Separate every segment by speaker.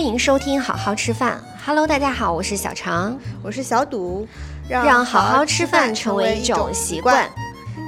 Speaker 1: 迎收听《好好吃饭》。Hello，大家好，我是小常，
Speaker 2: 我是小赌，
Speaker 1: 让好好吃饭成为一种习惯。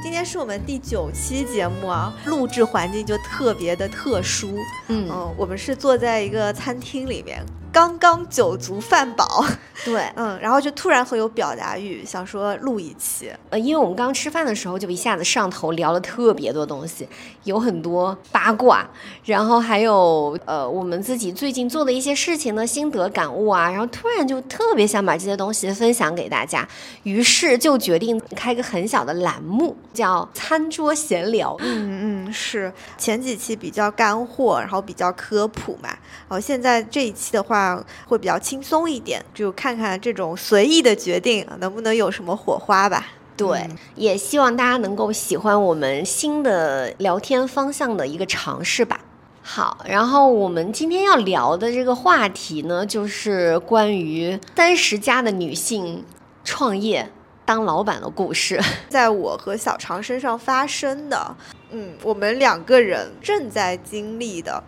Speaker 2: 今天是我们第九期节目啊，录制环境就特别的特殊。
Speaker 1: 嗯、
Speaker 2: 呃我们是坐在一个餐厅里面，刚刚酒足饭饱，
Speaker 1: 对，
Speaker 2: 嗯，然后就突然很有表达欲，想说录一期。
Speaker 1: 呃，因为我们刚吃饭的时候就一下子上头，聊了特别多东西，有很多八卦，然后还有呃我们自己最近做的一些事情的心得感悟啊，然后突然就特别想把这些东西分享给大家，于是就决定开个很小的栏目，叫餐桌闲聊。
Speaker 2: 嗯嗯，是前几期比较干货，然后比较科普嘛，然后现在这一期的话会比较轻松一点，就看看这种随意的决定能不能有什么火花吧。
Speaker 1: 对，也希望大家能够喜欢我们新的聊天方向的一个尝试吧。好，然后我们今天要聊的这个话题呢，就是关于三十加的女性创业当老板的故事。
Speaker 2: 在我和小常身上发生的，嗯，我们两个人正在经历的。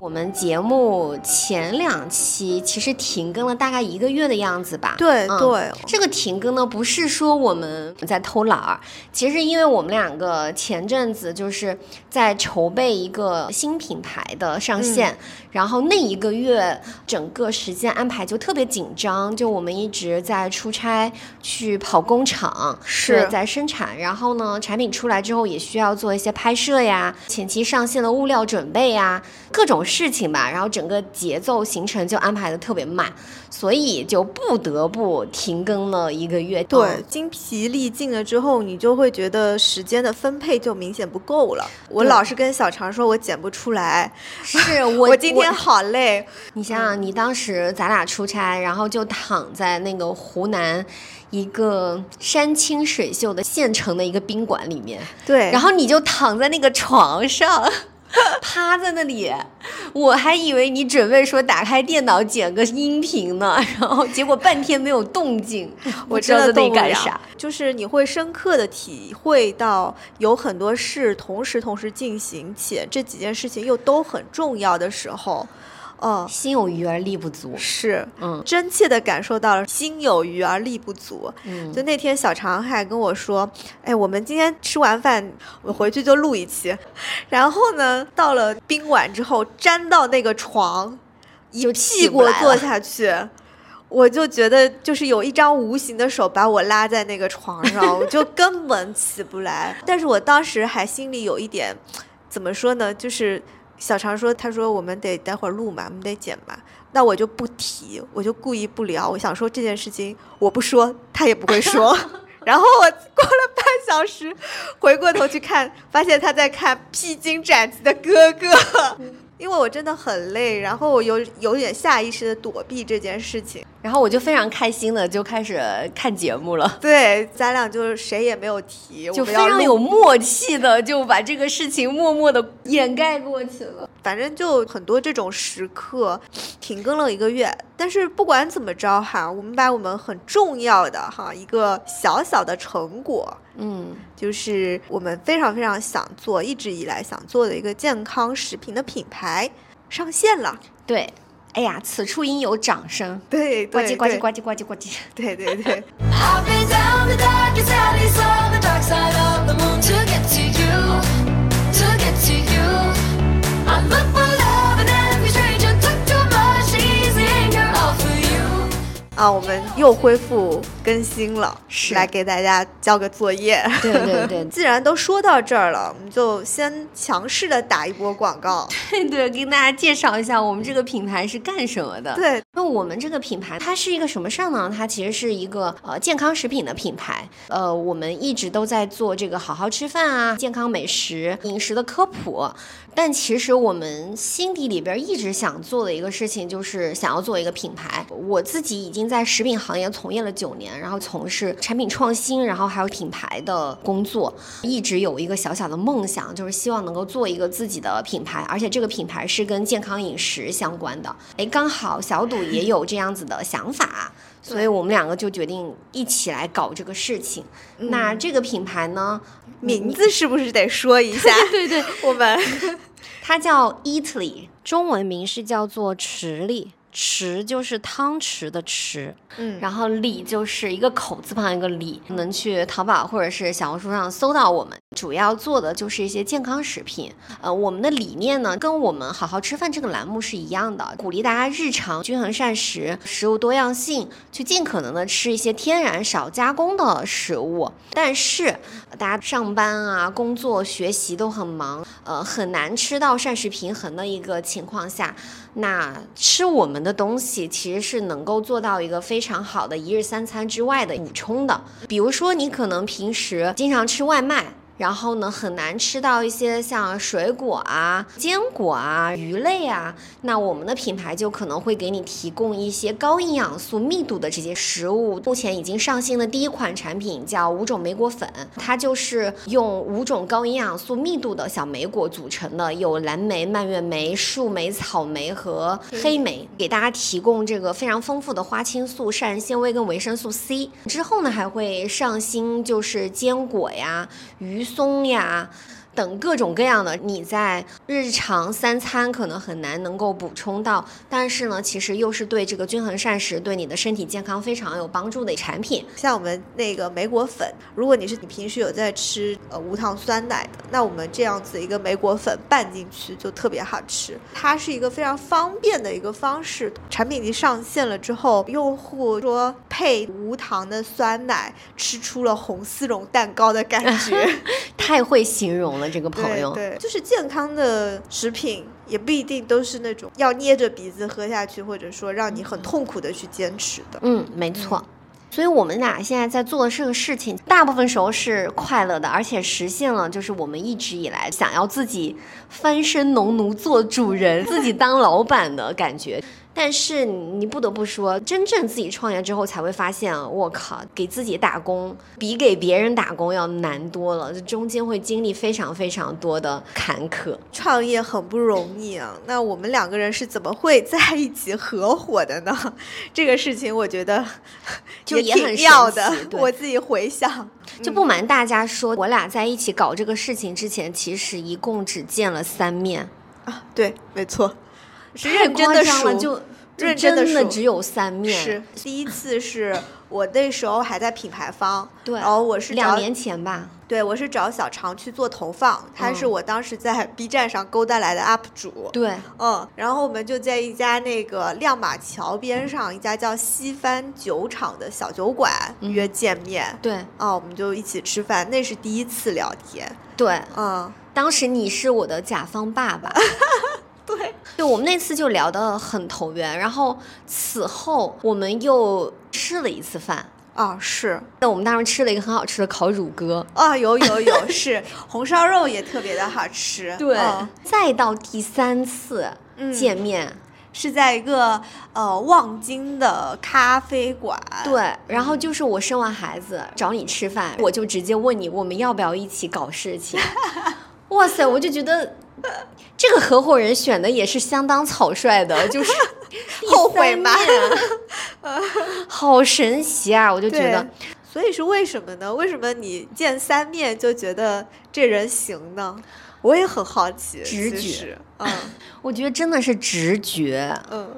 Speaker 1: 我们节目前两期其实停更了大概一个月的样子吧。
Speaker 2: 对
Speaker 1: 嗯
Speaker 2: 对，
Speaker 1: 这个停更呢，不是说我们在偷懒儿，其实因为我们两个前阵子就是在筹备一个新品牌的上线，然后那一个月整个时间安排就特别紧张，就我们一直在出差去跑工厂，
Speaker 2: 是
Speaker 1: 在生产，然后呢，产品出来之后也需要做一些拍摄呀，前期上线的物料准备呀，各种事情吧，然后整个节奏行程就安排的特别慢，所以就不得不停更了一个月。嗯
Speaker 2: 对，精疲力尽了之后，你就会觉得时间的分配就明显不够了。我
Speaker 1: 对
Speaker 2: 老是跟小常说，我剪不出来，
Speaker 1: 是我
Speaker 2: 我今天好累。
Speaker 1: 你想想，你当时咱俩出差，然后就躺在那个湖南一个山清水秀的县城的一个宾馆里面，
Speaker 2: 对，
Speaker 1: 然后你就躺在那个床上。 趴在那里，我还以为你准备说打开电脑剪个音频呢，然后结果半天没有动 静，
Speaker 2: 我
Speaker 1: 不知
Speaker 2: 真
Speaker 1: 道
Speaker 2: 的
Speaker 1: 在那
Speaker 2: 动
Speaker 1: 里
Speaker 2: 不
Speaker 1: 干
Speaker 2: 了
Speaker 1: 啥。？
Speaker 2: 就是你会深刻的体会到有很多事同时同时进行，且这几件事情又都很重要的时候，嗯，
Speaker 1: 心有余而力不足。
Speaker 2: 是。
Speaker 1: 嗯
Speaker 2: 真切的感受到了心有余而力不足。
Speaker 1: 嗯，
Speaker 2: 就那天小常还跟我说：“哎，我们今天吃完饭，我回去就录一期。”然后呢，到了宾馆之后，粘到那个床，
Speaker 1: 就
Speaker 2: 一
Speaker 1: 起
Speaker 2: 屁
Speaker 1: 不
Speaker 2: 股
Speaker 1: 来
Speaker 2: 坐
Speaker 1: 了
Speaker 2: 下去，我就觉得就是有一张无形的手把我拉在那个床上，我就根本起不来。 但是我当时还心里有一点，怎么说呢？就是小常说，他说我们得待会儿录嘛，我们得剪嘛。那我就不提，我就故意不聊。我想说这件事情，我不说，他也不会说。 然后我过了半小时，回过头去看，发现他在看《披荆斩棘的哥哥》。因为我真的很累，然后我有有点下意识的躲避这件事情。
Speaker 1: 然后我就非常开心的就开始看节目了，
Speaker 2: 对，咱俩就是谁也没有提，
Speaker 1: 就
Speaker 2: 我
Speaker 1: 非
Speaker 2: 们要
Speaker 1: 常
Speaker 2: 录
Speaker 1: 有默契的就把这个事情默默的掩盖过去了。
Speaker 2: 反正就很多这种时刻，停更了一个月。但是不管怎么着哈，我们把我们很重要的哈一个小小的成果，
Speaker 1: 嗯，
Speaker 2: 就是我们非常非常想做，一直以来想做的一个健康食品的品牌上线了。
Speaker 1: 对。哎呀，此处应有掌声！
Speaker 2: 对，
Speaker 1: 呱唧
Speaker 2: 对
Speaker 1: 呱唧呱，唧呱唧呱唧。
Speaker 2: 对对对对。
Speaker 3: I've been down the darkest alleys on the dark side of the moon to get to you, to get to you. I look for love in every stranger, took too much easy anger all for you.
Speaker 2: 啊，我们又恢复更新了，
Speaker 1: 是
Speaker 2: 来给大家交个作业。
Speaker 1: 对对对
Speaker 2: 既然都说到这儿了，我们就先强势的打一波广 告。
Speaker 1: 对对，跟大家介绍一下我们这个品牌是干什么的。
Speaker 2: 对，
Speaker 1: 那我们这个品牌它是一个什么事儿呢？它其实是一个呃健康食品的品牌。呃，我们一直都在做这个好好吃饭啊、健康美食、饮食的科普。但其实我们心底里边一直想做的一个事情，就是想要做一个品牌。我自己已经在食品行业从业了九年，人，然后从事产品创新，然后还有品牌的工作，一直有一个小小的梦想，就是希望能够做一个自己的品牌，而且这个品牌是跟健康饮食相关的。哎，刚好小赌也有这样子的想法，所以我们两个就决定一起来搞这个事情。那这个品牌呢，
Speaker 2: 名字是不是得说一下？
Speaker 1: 对对，
Speaker 2: 我们
Speaker 1: 它叫 Eatly，中文名是叫做池力。池就是汤匙的匙，
Speaker 2: 嗯
Speaker 1: 然后里就是一个口字旁一个里，能去淘宝或者是小红书上搜到我们。主要做的就是一些健康食品，呃，我们的理念呢跟我们好好吃饭这个栏目是一样的，鼓励大家日常均衡膳食，食物多样性，去尽可能的吃一些天然少加工的食物。但是呃大家上班啊、工作、学习都很忙，呃，很难吃到膳食平衡的一个情况下，那吃我们的东西其实是能够做到一个非常好的一日三餐之外的补充的。比如说，你可能平时经常吃外卖。然后呢，很难吃到一些像水果啊、坚果啊、鱼类啊。那我们的品牌就可能会给你提供一些高营养素密度的这些食物。目前已经上新的第一款产品叫五种莓果粉，它就是用五种高营养素密度的小莓果组成的，有蓝莓、蔓越莓、树莓、草莓和黑莓，给大家提供这个非常丰富的花青素、膳食纤维跟维生素 C。之后呢，还会上新就是坚果呀、鱼松呀。等各种各样的，你在日常三餐可能很难能够补充到，但是呢，其实又是对这个均衡膳食、对你的身体健康非常有帮助的产品。
Speaker 2: 像我们那个莓果粉，如果你是你平时有在吃呃无糖酸奶的，那我们这样子一个莓果粉拌进去就特别好吃。它是一个非常方便的一个方式。产品已经上线了之后，用户说配无糖的酸奶，吃出了红丝绒蛋糕的感觉。
Speaker 1: 太会形容了，这个朋
Speaker 2: 对
Speaker 1: 友。
Speaker 2: 对，就是健康的食品也不一定都是那种要捏着鼻子喝下去，或者说让你很痛苦的去坚持的。
Speaker 1: 嗯，没错。所以我们俩现在在做的这个事情，大部分时候是快乐的，而且实现了就是我们一直以来想要自己翻身农奴做主人，自己当老板的感觉。 但是你你不得不说，真正自己创业之后才会发现，我靠，给自己打工比给别人打工要难多了，这中间会经历非常非常多的坎坷。
Speaker 2: 创业很不容易啊，那我们两个人是怎么会在一起合伙的呢？ 这个事情我觉得
Speaker 1: 就
Speaker 2: 也
Speaker 1: 也
Speaker 2: 挺
Speaker 1: 很神
Speaker 2: 妙
Speaker 1: 奇
Speaker 2: 的。
Speaker 1: 对
Speaker 2: 我自己回想，
Speaker 1: 就不瞒大家说，我俩在一起搞这个事情之前，其实一共只见了三面。
Speaker 2: 啊，对，没错，是
Speaker 1: 太
Speaker 2: 认真
Speaker 1: 夸
Speaker 2: 的
Speaker 1: 张了，
Speaker 2: 数，
Speaker 1: 就
Speaker 2: 认
Speaker 1: 真
Speaker 2: 真地数
Speaker 1: 只有三面，
Speaker 2: 啊是第一次是我那时候还在品牌方，
Speaker 1: 对
Speaker 2: 然后我是
Speaker 1: 两
Speaker 2: 找
Speaker 1: 年前吧。
Speaker 2: 对，我是找小常去做投放，他是
Speaker 1: 嗯
Speaker 2: 我当时在 B 站上勾搭来的 UP 主。
Speaker 1: 对，
Speaker 2: 嗯，然后我们就在一家那个亮马桥边上一家叫西番酒厂的小酒馆
Speaker 1: 嗯
Speaker 2: 约见面。
Speaker 1: 对，
Speaker 2: 啊，我们就一起吃饭，那是第一次聊天。
Speaker 1: 对，
Speaker 2: 嗯，
Speaker 1: 当时你是我的甲方爸爸。
Speaker 2: 对，
Speaker 1: 对，我们那次就聊得很投缘，然后此后我们又吃了一次饭。
Speaker 2: 啊是，
Speaker 1: 那我们当时吃了一个很好吃的烤乳鸽，
Speaker 2: 啊有有有 是，红烧肉也特别的好吃。嗯
Speaker 1: 再到第三次
Speaker 2: 嗯
Speaker 1: 见面，
Speaker 2: 是在一个呃望京的咖啡馆。
Speaker 1: 对，然
Speaker 2: 嗯
Speaker 1: 后就是我生完孩子找你吃饭，我就直接问你我们要不要一起搞事 情。哇塞，我就觉得这个合伙人选的也是相当草率的， 就是
Speaker 2: 后悔吗
Speaker 1: 第三面？ 好神奇啊！我就觉得
Speaker 2: 对，所以是为什么呢？为什么你见三面就觉得这人行呢？我也很好奇，
Speaker 1: 直
Speaker 2: 其
Speaker 1: 觉
Speaker 2: 实，嗯
Speaker 1: 我觉得真的是直觉。
Speaker 2: 嗯，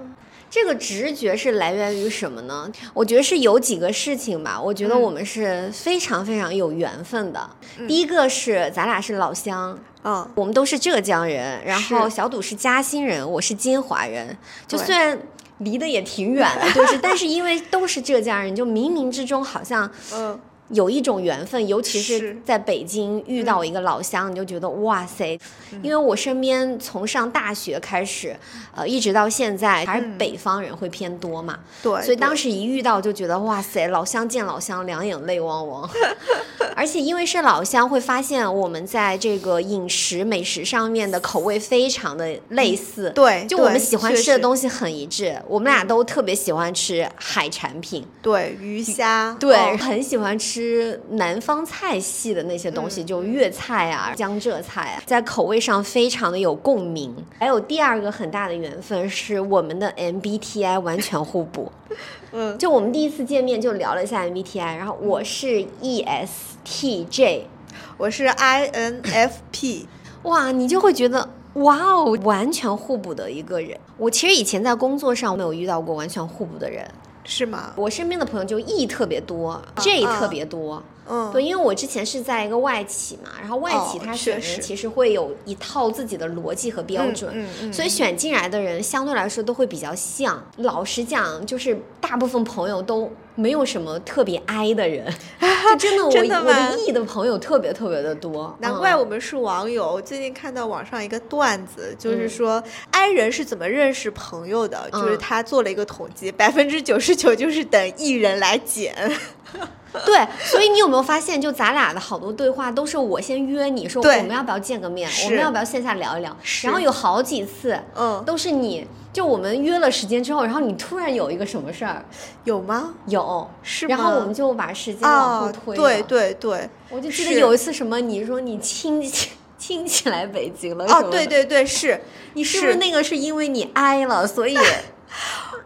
Speaker 1: 这个直觉是来源于什么呢？我觉得是有几个事情吧。我觉得
Speaker 2: 嗯
Speaker 1: 我们是非常非常有缘分的。
Speaker 2: 嗯
Speaker 1: 第一个是咱俩是老乡，
Speaker 2: 嗯
Speaker 1: 我们都是浙江人，然
Speaker 2: 是
Speaker 1: 后小赌是嘉兴人，我是金华人，就
Speaker 2: 对
Speaker 1: 虽然 离得也挺远的，就是，但是因为都是浙江人，就冥冥之中好像
Speaker 2: 嗯，
Speaker 1: 有一种缘分，尤其是
Speaker 2: 是
Speaker 1: 在北京遇到一个老乡，你就觉得哇塞！
Speaker 2: 嗯
Speaker 1: 因为我身边从上大学开始，呃，一直到现在还是
Speaker 2: 嗯
Speaker 1: 北方人会偏多嘛，
Speaker 2: 对，
Speaker 1: 所以当
Speaker 2: 对
Speaker 1: 时一遇到就觉得哇塞，老乡见老乡，两眼泪汪汪。 而且因为是老乡，会发现我们在这个饮食美食上面的口味非常的类似。
Speaker 2: 嗯对
Speaker 1: 就我们
Speaker 2: 对
Speaker 1: 喜欢
Speaker 2: 确
Speaker 1: 吃的
Speaker 2: 实嗯
Speaker 1: 东西很一致，我们俩都特别喜欢吃海产品，
Speaker 2: 对鱼虾，
Speaker 1: 对，
Speaker 2: 哦
Speaker 1: 很喜欢吃南方菜系的那些东
Speaker 2: 嗯
Speaker 1: 西，就粤菜啊、江浙菜啊，在口味上非常的有共鸣。还有第二个很大的缘分是我们的 MBTI 完全互补。
Speaker 2: 嗯
Speaker 1: 就我们第一次见面就聊了一下 MBTI，然后我是 E ESTJ，
Speaker 2: 我是 INFP，
Speaker 1: 哇，你就会觉得。哇哦，完全互补的一个人。我其实以前在工作上没有遇到过完全互补的人，
Speaker 2: 是吗？
Speaker 1: 我身边的朋友就 E 特别多，J
Speaker 2: 嗯
Speaker 1: 特别多，
Speaker 2: 嗯，
Speaker 1: 对，因为我之前是在一个外企嘛，然后外企
Speaker 2: 哦
Speaker 1: 它
Speaker 2: 确
Speaker 1: 选人
Speaker 2: 实
Speaker 1: 其实会有一套自己的逻辑和标
Speaker 2: 嗯
Speaker 1: 准，
Speaker 2: 嗯嗯
Speaker 1: 所以选进来的人相对来说都会比较像。老实讲，就是大部分朋友都没有什么特别 I 的 人，就真的我
Speaker 2: 真的
Speaker 1: 我
Speaker 2: 吗
Speaker 1: 的 E 的朋友特别特别的多，
Speaker 2: 难
Speaker 1: 嗯
Speaker 2: 怪我们是网友。最近看到网上一个段子，
Speaker 1: 嗯
Speaker 2: 就是说 i 人是怎么认识朋友的，就是
Speaker 1: 嗯
Speaker 2: 他做了一个统计，百分之九十九就是等 e 人来减。
Speaker 1: 对，所以你有没有发现，就咱俩的好多对话都是我先约你说我
Speaker 2: 对
Speaker 1: 们要不要见个面，我
Speaker 2: 是
Speaker 1: 们要不要线下聊一聊，
Speaker 2: 是
Speaker 1: 然后有好几次
Speaker 2: 嗯，
Speaker 1: 都是你就我们约了时间之后，然后你突然有一个什么事儿。
Speaker 2: 有吗？
Speaker 1: 有，
Speaker 2: 是
Speaker 1: 然后
Speaker 2: 吗
Speaker 1: 我们就把时间往后
Speaker 2: 啊，
Speaker 1: 推、
Speaker 2: 对，对对，
Speaker 1: 我就记得
Speaker 2: 是
Speaker 1: 有一次什么，你说你亲 戚亲戚来北京了，
Speaker 2: 哦，对，对对，是
Speaker 1: 你是不是
Speaker 2: 是嗯
Speaker 1: 那个是因为你挨了，所以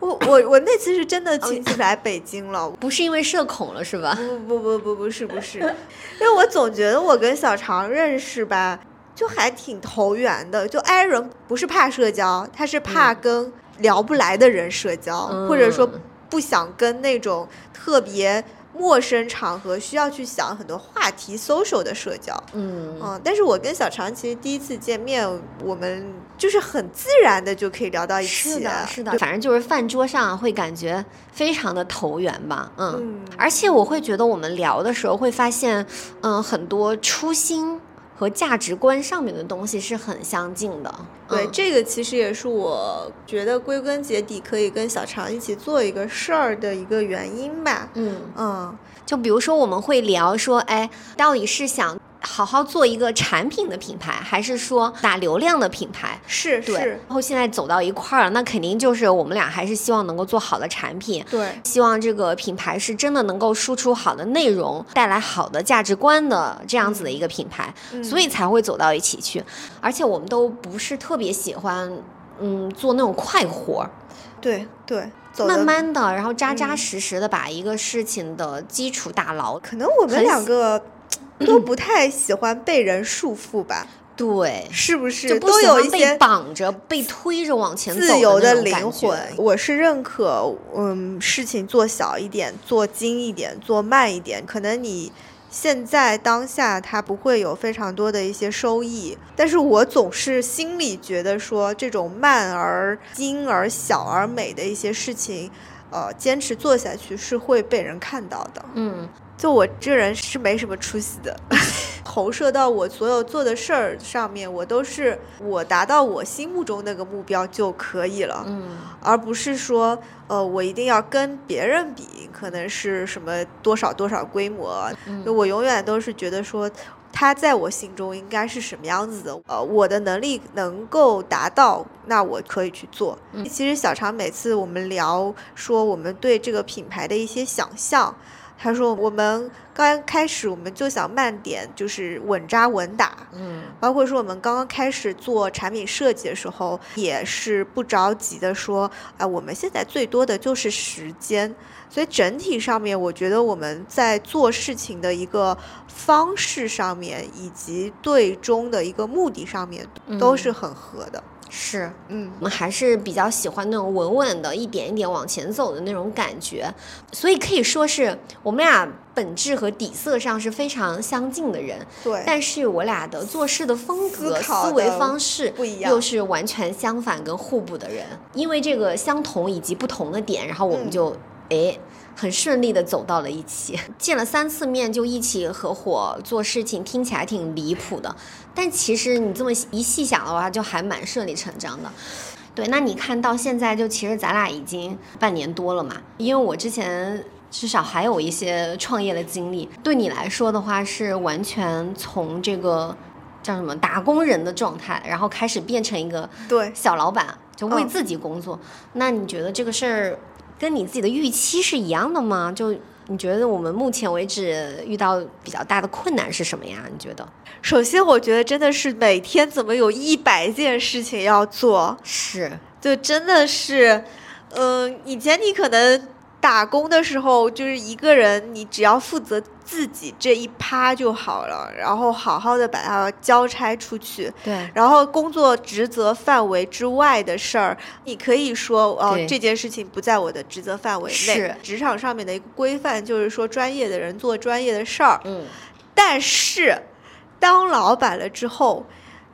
Speaker 2: 我我我那次是真的
Speaker 1: 嗯
Speaker 2: 亲戚来北京了，
Speaker 1: 不是因为社恐了是吧？
Speaker 2: 不不不不不是不是，因为我总觉得我跟小常认识吧，就还挺投缘的。就 I 人不是怕社交，他是怕跟聊不来的人社交，或者说
Speaker 1: 嗯
Speaker 2: 不想跟那种特别陌生场合需要去想很多话题 social 的社交。
Speaker 1: 嗯，
Speaker 2: 嗯，但是我跟小常其实第一次见面，我们就是很自然的就可以聊到一起。
Speaker 1: 是的，是的，反正就是饭桌上会感觉非常的投缘吧，嗯
Speaker 2: 嗯
Speaker 1: 而且我会觉得我们聊的时候会发现，嗯，很多初心和价值观上面的东西是很相近的，
Speaker 2: 对，
Speaker 1: 嗯
Speaker 2: 这个其实也是我觉得归根结底可以跟小常一起做一个事儿的一个原因吧。
Speaker 1: 嗯。
Speaker 2: 嗯，
Speaker 1: 就比如说，我们会聊说，哎，到底是想好好做一个产品的品牌，还是说打流量的品牌？
Speaker 2: 是
Speaker 1: 对，
Speaker 2: 是
Speaker 1: 然，后现在走到一块儿了，那肯定就是我们俩还是希望能够做好的产品，
Speaker 2: 对，
Speaker 1: 希望这个品牌是真的能够输出好的内容，带来好的价值观的这样
Speaker 2: 嗯
Speaker 1: 子的一个品牌，所以才会走到一起去。而且我们都不是特别喜欢，嗯，做那种快活儿，
Speaker 2: 对对，走
Speaker 1: 慢
Speaker 2: 得，嗯
Speaker 1: 慢的，然后扎扎实实的把一个事情的基础打牢。
Speaker 2: 可能我
Speaker 1: 很
Speaker 2: 们两
Speaker 1: 喜
Speaker 2: 个 都不太喜欢被人束缚吧，
Speaker 1: 对，
Speaker 2: 是不是？
Speaker 1: 就不
Speaker 2: 都
Speaker 1: 喜
Speaker 2: 有
Speaker 1: 欢
Speaker 2: 一
Speaker 1: 被
Speaker 2: 些
Speaker 1: 绑着、被推着往前走
Speaker 2: 自
Speaker 1: 的
Speaker 2: 由的
Speaker 1: 那种
Speaker 2: 灵
Speaker 1: 感觉
Speaker 2: 魂，我是认可，嗯，事情做小一点，做精一点，做慢一点。可能你现在当下它不会有非常多的一些收益，但是我总是心里觉得说，这种慢而精而小而美的一些事情，呃，坚持做下去是会被人看到的。
Speaker 1: 嗯，
Speaker 2: 就我这人是没什么出息的， 投射到我所有做的事儿上面，我都是我达到我心目中那个目标就可以了，
Speaker 1: 嗯，
Speaker 2: 而不是说呃我一定要跟别人比，可能是什么多少多少规模，就我永远都是觉得说。他在我心中应该是什么样子的？呃，我的能力能够达到，那我可以去做。其实小常每次我们聊说我们对这个品牌的一些想象，他说我们刚开始我们就想慢点，就是稳扎稳打。
Speaker 1: 嗯，
Speaker 2: 包括说我们刚刚开始做产品设计的时候，也是不着急的说，啊、我们现在最多的就是时间。所以整体上面，我觉得我们在做事情的一个方式上面，以及最终的一个目的上面，都是很合的。
Speaker 1: 是
Speaker 2: 嗯
Speaker 1: 我们还是比较喜欢那种稳稳的、一点一点往前走的那种感觉，所以可以说是我们俩本质和底色上是非常相近的人，
Speaker 2: 对，
Speaker 1: 但是我俩的做事的风格、
Speaker 2: 思考
Speaker 1: 思维
Speaker 2: 的
Speaker 1: 方式
Speaker 2: 不一样
Speaker 1: 又是完全相反跟互补的人。因为这个相同以及不同的点，然后我们
Speaker 2: 嗯
Speaker 1: 就诶，很顺利的走到了一起， 见了三次面就一起合伙做事情，听起来挺离谱的，但其实你这么一细想的话，就还蛮顺理成章的。对，那你看到现在，就其实咱俩已经半年多了嘛，因为我之前至少还有一些创业的经历，对你来说的话是完全从这个叫什么打工人的状态，然后开始变成一个
Speaker 2: 对
Speaker 1: 小老板，就为
Speaker 2: 嗯
Speaker 1: 自己工作。那你觉得这个事儿跟你自己的预期是一样的吗？就你觉得我们目前为止遇到比较大的困难是什么呀？你觉得
Speaker 2: 首先，我觉得真的是每天怎么有一百件事情要做，
Speaker 1: 是
Speaker 2: 就真的是，嗯、以前你可能打工的时候就是一个人，你只要负责自己这一趴就好了，然后好好的把它交差出去。
Speaker 1: 对
Speaker 2: 然后工作职责范围之外的事儿，你可以说哦
Speaker 1: 对，
Speaker 2: 这件事情不在我的职责范围
Speaker 1: 是
Speaker 2: 内。职场上面的一个规范就是说，专业的人做专业的事儿。
Speaker 1: 嗯
Speaker 2: 但是，当老板了之后，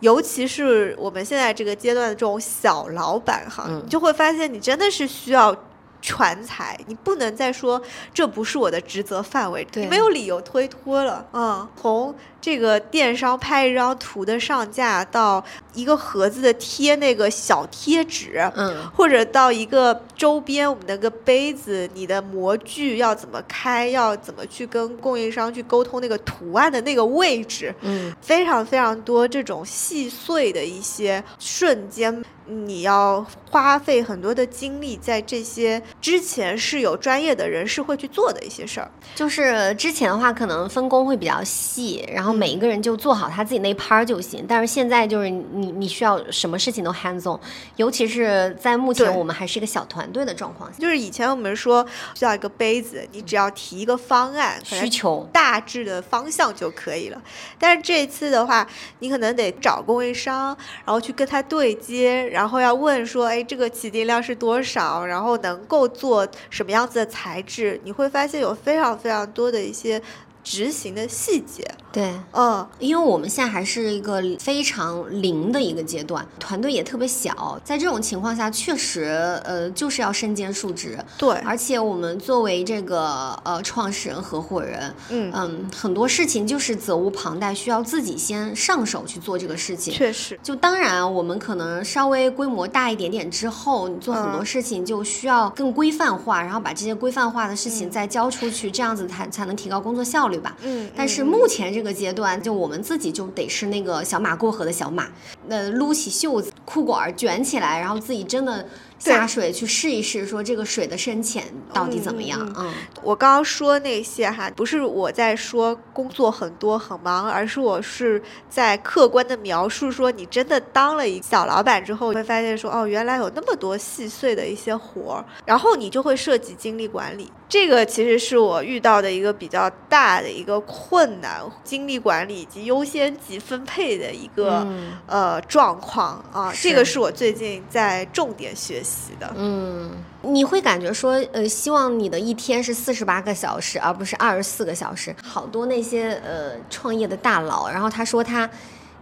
Speaker 2: 尤其是我们现在这个阶段的这种小老板哈，
Speaker 1: 嗯
Speaker 2: 你就会发现你真的是需要。全才，你不能再说这不是我的职责范围，
Speaker 1: 对
Speaker 2: 你没有理由推脱了。嗯，从这个电商拍一张图的上架，到一个盒子的贴那个小贴纸，
Speaker 1: 嗯
Speaker 2: 或者到一个周边，我们的个杯子，你的模具要怎么开，要怎么去跟供应商去沟通那个图案的那个位置，
Speaker 1: 嗯
Speaker 2: 非常非常多这种细碎的一些瞬间，你要花费很多的精力在这些之前是有专业的人士会去做的一些事儿。
Speaker 1: 就是之前的话，可能分工会比较细，然后每一个人就做好他自己那一 part 就行。但是现在就是你你需要什么事情都 hands on，尤其是在目前
Speaker 2: 对
Speaker 1: 我们还是一个小团队的状况下，
Speaker 2: 就是以前我们说需要一个杯子，你只要提一个方案，可能
Speaker 1: 需求
Speaker 2: 大致的方向就可以了。但是这一次的话，你可能得找供应商，然后去跟他对接，然后要问说，哎，这个起订量是多少，然后能够做什么样子的材质？你会发现有非常非常多的一些执行的细节。
Speaker 1: 对。
Speaker 2: 嗯，
Speaker 1: 因为我们现在还是一个非常零的一个阶段，团队也特别小，在这种情况下，确实，呃，就是要身兼数职，
Speaker 2: 对，
Speaker 1: 而且我们作为这个呃创始人、合伙人，
Speaker 2: 嗯，
Speaker 1: 嗯，很多事情就是责无旁贷，需要自己先上手去做这个事情。
Speaker 2: 确实，
Speaker 1: 就当然，我们可能稍微规模大一点点之后，你做很多
Speaker 2: 嗯
Speaker 1: 事情就需要更规范化，然后把这些规范化的事情
Speaker 2: 嗯
Speaker 1: 再交出去，这样子才才能提高工作效率吧。
Speaker 2: 嗯，
Speaker 1: 但是
Speaker 2: 嗯
Speaker 1: 目前这个阶段，就我们自己就得是那个小马过河的小马，那撸起袖子、裤管儿卷起来，然后自己真的下
Speaker 2: 对
Speaker 1: 水去试一试，说这个水的深浅到底怎么样？
Speaker 2: 嗯
Speaker 1: 嗯，
Speaker 2: 我刚刚说那些哈，不是我在说工作很多很忙，而是我是在客观的描述说，你真的当了一小老板之后，你会发现说，哦，原来有那么多细碎的一些活儿，然后你就会涉及精力管理。这个其实是我遇到的一个比较大的一个困难，精力管理以及优先级分配的一个、
Speaker 1: 嗯
Speaker 2: 呃状况啊，
Speaker 1: 是
Speaker 2: 这个是我最近在重点学习的。
Speaker 1: 嗯，你会感觉说，呃，希望你的一天是四十八个小时，而不是二十四个小时。好多那些呃创业的大佬，然后他说他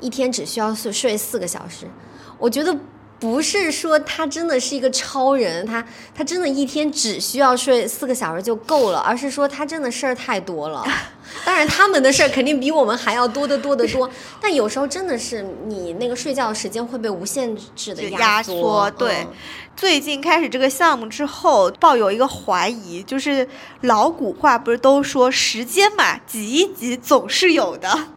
Speaker 1: 一天只需要睡睡四个小时，我觉得。不是说他真的是一个超人，他他真的一天只需要睡四个小时就够了，而是说他真的事儿太多 了。当然，他们的事儿肯定比我们还要多得多得多。但有时候真的是你那个睡觉时间会被无限制的
Speaker 2: 就
Speaker 1: 压
Speaker 2: 压
Speaker 1: 缩，
Speaker 2: 缩对
Speaker 1: 嗯
Speaker 2: 最近开始这个项目之后，抱有一个怀疑，就是老古话不是都说时间嘛，挤一挤总是有的。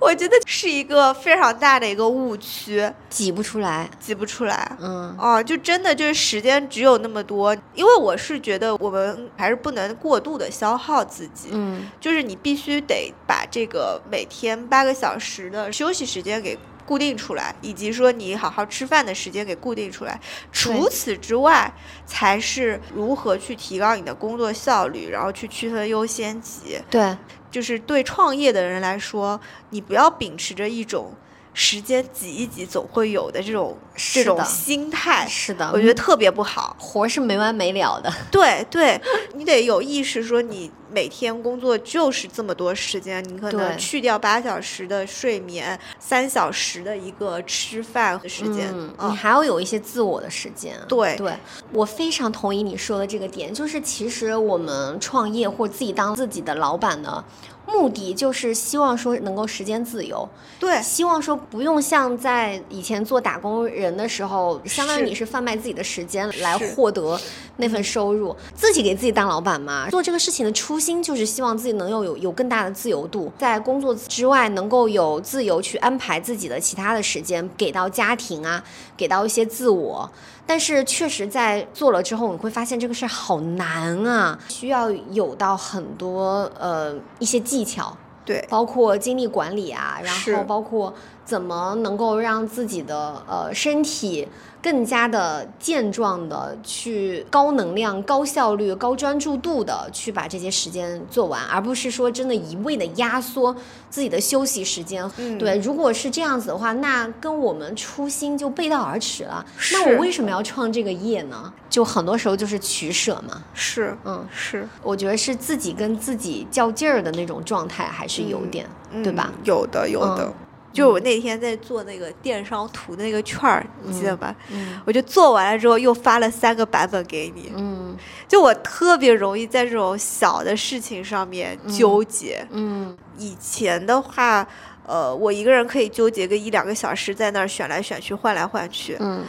Speaker 2: 我觉得是一个非常大的一个误区，
Speaker 1: 挤不出来。
Speaker 2: 挤不出来。
Speaker 1: 嗯，
Speaker 2: 哦，就真的就是时间只有那么多，因为我是觉得我们还是不能过度的消耗自己，
Speaker 1: 嗯，
Speaker 2: 就是你必须得把这个每天八个小时的休息时间给固定出来，以及说你好好吃饭的时间给固定出来。除此之外，才是如何去提高你的工作效率，然后去区分优先级。
Speaker 1: 对，
Speaker 2: 就是对创业的人来说，你不要秉持着一种时间挤一挤，总会有的这种这
Speaker 1: 是
Speaker 2: 种
Speaker 1: 的
Speaker 2: 心态，
Speaker 1: 是的
Speaker 2: 我觉得特别不好。
Speaker 1: 活是没完没了的。
Speaker 2: 对对，你得有意识，说你每天工作就是这么多时间，你可能
Speaker 1: 对
Speaker 2: 去掉八小时的睡眠，三小时的一个吃饭时间，
Speaker 1: 嗯，你
Speaker 2: 啊，
Speaker 1: 还要有一些自我的时间。
Speaker 2: 对
Speaker 1: 对，我非常同意你说的这个点，就是其实我们创业或自己当自己的老板呢，目的就是希望说能够时间自由，
Speaker 2: 对
Speaker 1: 希望说不用像在以前做打工人的时候，相当于
Speaker 2: 是
Speaker 1: 你是贩卖自己的时间来
Speaker 2: 是
Speaker 1: 获得那份收入，自己给自己当老板嘛。做这个事情的初心就是希望自己能有有有更大的自由度，在工作之外能够有自由去安排自己的其他的时间，给到家庭啊，给到一些自我。但是确实在做了之后，你会发现这个事儿好难啊，需要有到很多呃一些技巧。
Speaker 2: 对
Speaker 1: 包括精力管理啊，然
Speaker 2: 是
Speaker 1: 后包括怎么能够让自己的呃身体更加的健壮的去高能量、高效率、高专注度的去把这些时间做完，而不是说真的一味的压缩自己的休息时间。
Speaker 2: 嗯
Speaker 1: 对，如果是这样子的话，那跟我们初心就背道而驰了。
Speaker 2: 是
Speaker 1: 那我为什么要创这个业呢？就很多时候就是取舍嘛。
Speaker 2: 是
Speaker 1: 嗯，
Speaker 2: 是，
Speaker 1: 我觉得是自己跟自己较劲儿的那种状态，还是有点，对吧？
Speaker 2: 嗯？有的有的，
Speaker 1: 嗯
Speaker 2: 就我那天在做那个电商图那个券儿，你记得吧？
Speaker 1: 嗯
Speaker 2: 我就做完了之后，又发了三个版本给你。
Speaker 1: 嗯
Speaker 2: 就我特别容易在这种小的事情上面纠结。
Speaker 1: 嗯
Speaker 2: 以前的话，呃，我一个人可以纠结个一两个小时，在那儿选来选去，换来换去，
Speaker 1: 嗯，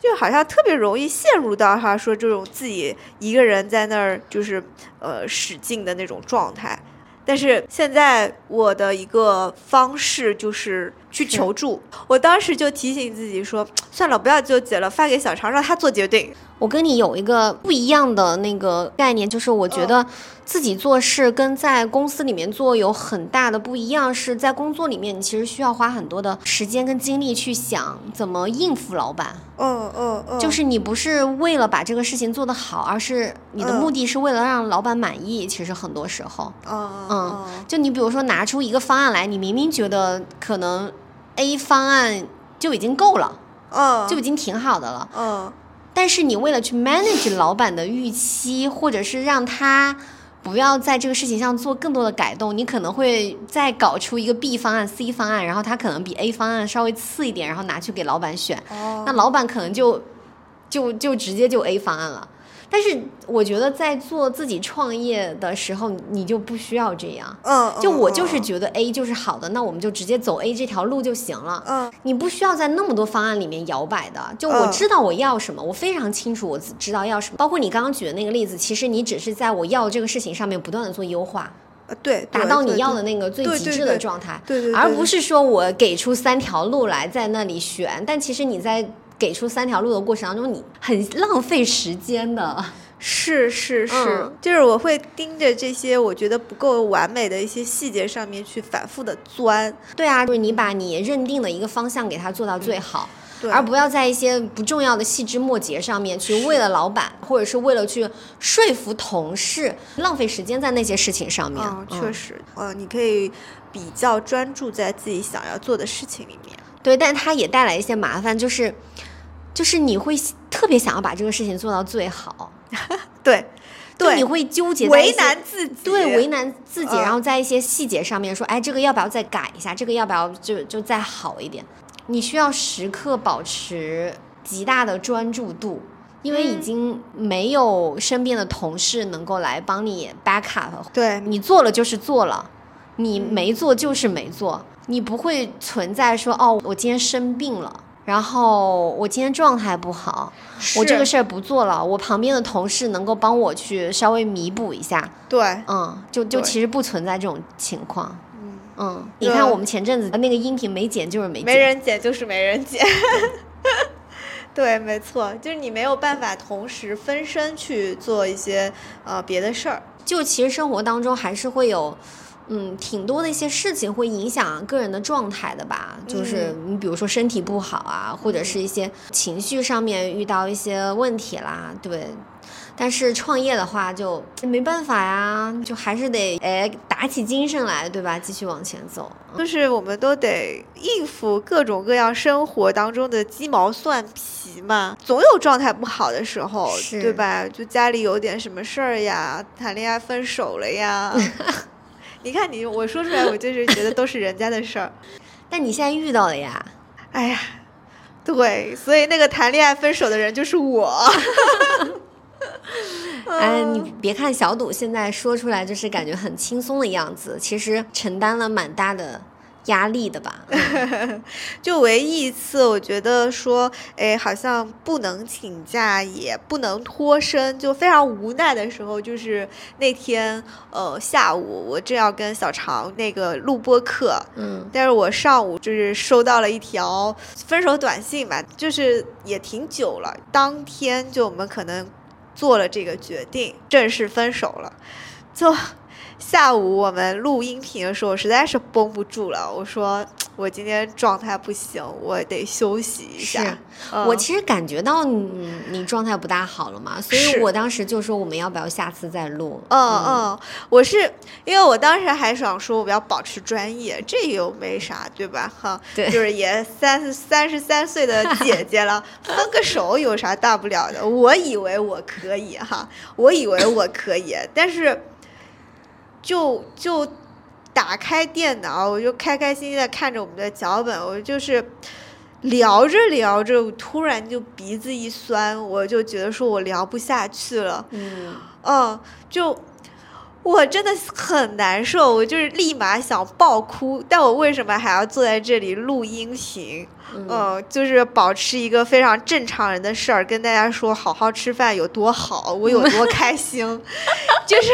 Speaker 2: 就好像特别容易陷入到哈说这种自己一个人在那儿就是呃使劲的那种状态。但是现在我的一个方式就是去求助。我当时就提醒自己说，算了，不要纠结了，发给小常让他做决定。
Speaker 1: 我跟你有一个不一样的那个概念，就是我觉得自己做事跟在公司里面做有很大的不一样，是在工作里面你其实需要花很多的时间跟精力去想怎么应付老板，
Speaker 2: 嗯嗯嗯，
Speaker 1: 就是你不是为了把这个事情做得好，而是你的
Speaker 2: 嗯
Speaker 1: 目的是为了让老板满意。其实很多时候，
Speaker 2: 嗯
Speaker 1: 嗯
Speaker 2: 嗯，
Speaker 1: 就你比如说拿出一个方案来，你明明觉得可能 A 方案就已经够了，
Speaker 2: 嗯，
Speaker 1: 就已经挺好的了，
Speaker 2: 嗯
Speaker 1: 但是你为了去 manage 老板的预期，或者是让他不要在这个事情上做更多的改动，你可能会再搞出一个 B 方案、C 方案，然后他可能比 A 方案稍微次一点，然后拿去给老板选，
Speaker 2: 哦
Speaker 1: 那老板可能就就就直接就 A 方案了。但是我觉得在做自己创业的时候，你就不需要这样。
Speaker 2: 嗯，
Speaker 1: 就我就是
Speaker 2: 觉
Speaker 1: 觉得 A 就是好的，那我们就直接走 A 这条路就行了。
Speaker 2: 嗯
Speaker 1: 你不需要在那么多方案里面摇摆的，就我
Speaker 2: 嗯
Speaker 1: 知道我要什么，我非常清楚我自知道要什么。包括你刚刚举的那个例子，其实你只是在我要这个事情上面不断的做优化，
Speaker 2: 呃对，
Speaker 1: 达
Speaker 2: 对
Speaker 1: 到
Speaker 2: 对
Speaker 1: 你要
Speaker 2: 对
Speaker 1: 的那个最
Speaker 2: 对
Speaker 1: 极
Speaker 2: 对
Speaker 1: 致的
Speaker 2: 对
Speaker 1: 状态，
Speaker 2: 对对对
Speaker 1: 而不是说我给出三条路来在那里选。但其实你在给出三条路的过程当中，你很浪费时间的。
Speaker 2: 是是是、
Speaker 1: 嗯
Speaker 2: 就是我会盯着这些我觉得不够完美的一些细节上面去反复的钻，
Speaker 1: 对啊，就是你把你认定的一个方向给它做到最好。
Speaker 2: 对，
Speaker 1: 而不要在一些不重要的细枝末节上面去为了老板，或者是为了去说服同事，浪费时间在那些事情上面。
Speaker 2: 嗯，确
Speaker 1: 嗯，
Speaker 2: 实，嗯，你可以比较专注在自己想要做的事情里面，
Speaker 1: 对，但它也带来一些麻烦，就是就是你会特别想要把这个事情做到最好，
Speaker 2: 对
Speaker 1: 就
Speaker 2: 对，
Speaker 1: 你会纠结在一
Speaker 2: 为
Speaker 1: 些
Speaker 2: 难自己，
Speaker 1: 对，为难自己，
Speaker 2: 嗯
Speaker 1: 然后在一些细节上面说，哎，这个要不要再改一下？这个要不要就就再好一点？你需要时刻保持极大的专注度，因为已
Speaker 2: 嗯
Speaker 1: 经没有身边的同事能够来帮你 back up，
Speaker 2: 对，
Speaker 1: 你做了就是做了，你
Speaker 2: 嗯
Speaker 1: 没做就是没做，你不会存在说哦，我今天生病了。然后我今天状态不好，我这
Speaker 2: 是
Speaker 1: 个事儿不做了。我旁边的同事能够帮我去稍微弥补一下，
Speaker 2: 对，
Speaker 1: 嗯，就就
Speaker 2: 对
Speaker 1: 其实不存在这种情况。嗯，你
Speaker 2: 对啊
Speaker 1: 看我们前阵子那个音频没剪，就是没剪。
Speaker 2: 没人解就是没人解。 对，没错，就是你没有办法同时分身去做一些呃别的事儿。
Speaker 1: 就其实生活当中还是会有，嗯，挺多的一些事情会影响个人的状态的吧，就是
Speaker 2: 嗯
Speaker 1: 你比如说身体不好啊，或者是一些情绪上面遇到一些问题啦，对。但是创业的话就没办法呀，就还是得哎打起精神来，对吧？继续往前走。
Speaker 2: 就是我们都得应付各种各样生活当中的鸡毛蒜皮嘛，总有状态不好的时候，
Speaker 1: 是
Speaker 2: 对吧？就家里有点什么事儿呀，谈恋爱分手了呀。你看你，我说出来，我就是觉得都是人家的事儿。
Speaker 1: 但你现在遇到了呀，
Speaker 2: 哎呀，对，所以那个谈恋爱分手的人就是我。
Speaker 1: 哎，你别看小赌现在说出来就是感觉很轻松的样子，其实承担了蛮大的压力的 吧？
Speaker 2: 就唯一一次，我觉得说，哎，好像不能请假，也不能脱身，就非常无奈的时候，就是那天呃下午，我正要跟小常那个录播课，
Speaker 1: 嗯
Speaker 2: 但是我上午就是收到了一条分手短信吧，就是也挺久了，当天就我们可能做了这个决定，正式分手了。就下午我们录音频的时候，我实在是绷不住了，我说我今天状态不行，我得休息一下。
Speaker 1: 是啊
Speaker 2: 嗯
Speaker 1: 我其实感觉到你你状态不大好了嘛，所以
Speaker 2: 是
Speaker 1: 我当时就说我们要不要下次再录？
Speaker 2: 嗯嗯，我是因为我当时还想说我要保持专业，这又没啥，对吧？哈，
Speaker 1: 对
Speaker 2: 就是也三十三十三岁的姐姐了，分个手有啥大不了的？我以为我可以哈，我以为我可以，但是就就打开电脑，我就开开心心的看着我们的脚本，我就是。聊着聊着，我突然就鼻子一酸，我就觉得说我聊不下去了。
Speaker 1: 嗯，
Speaker 2: 嗯，就我真的很难受，我就是立马想爆哭，但我为什么还要坐在这里录音频？
Speaker 1: 嗯
Speaker 2: 嗯，就是保持一个非常正常人的事儿，跟大家说好好吃饭有多好，我有 多开心，就是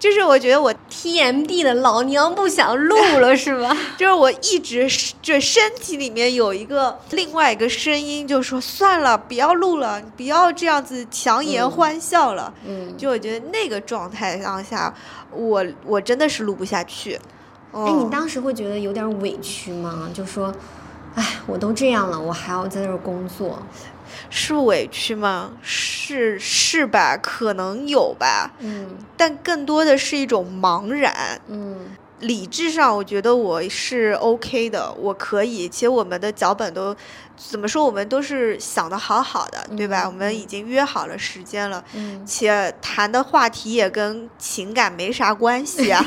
Speaker 2: 就是我觉得我
Speaker 1: TMD 的老娘不想录了是 吧？
Speaker 2: 就是我一直是就身体里面有一个另外一个声音，就说算了，不要录了，你不要这样子强颜
Speaker 1: 嗯
Speaker 2: 欢笑了。
Speaker 1: 嗯，
Speaker 2: 就我觉得那个状态当下，我我真的是录不下去。
Speaker 1: 哎，
Speaker 2: 哎
Speaker 1: 你当时会觉得有点委屈吗？就说，哎，我都这样了，我还要在这儿工作，
Speaker 2: 是委屈吗？是是吧？可能有吧，
Speaker 1: 嗯
Speaker 2: 但更多的是一种茫然。
Speaker 1: 嗯
Speaker 2: 理智上，我觉得我是 OK 的，我可以。其实我们的脚本都怎么说，我们都是想的好好的，对吧？
Speaker 1: 嗯
Speaker 2: 我们已经约好了时间了，
Speaker 1: 嗯，
Speaker 2: 且谈的话题也跟情感没啥关 系啊，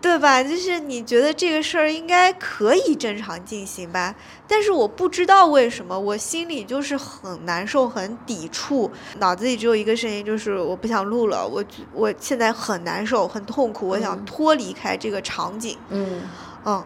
Speaker 2: 对吧？就是你觉得这个事儿应该可以正常进行吧，但是我不知道为什么，我心里就是很难受、很抵触，脑子里只有一个声音，就是我不想录了，我我现在很难受、很痛苦，我想
Speaker 1: 嗯
Speaker 2: 脱离开这个场景。
Speaker 1: 嗯
Speaker 2: 嗯，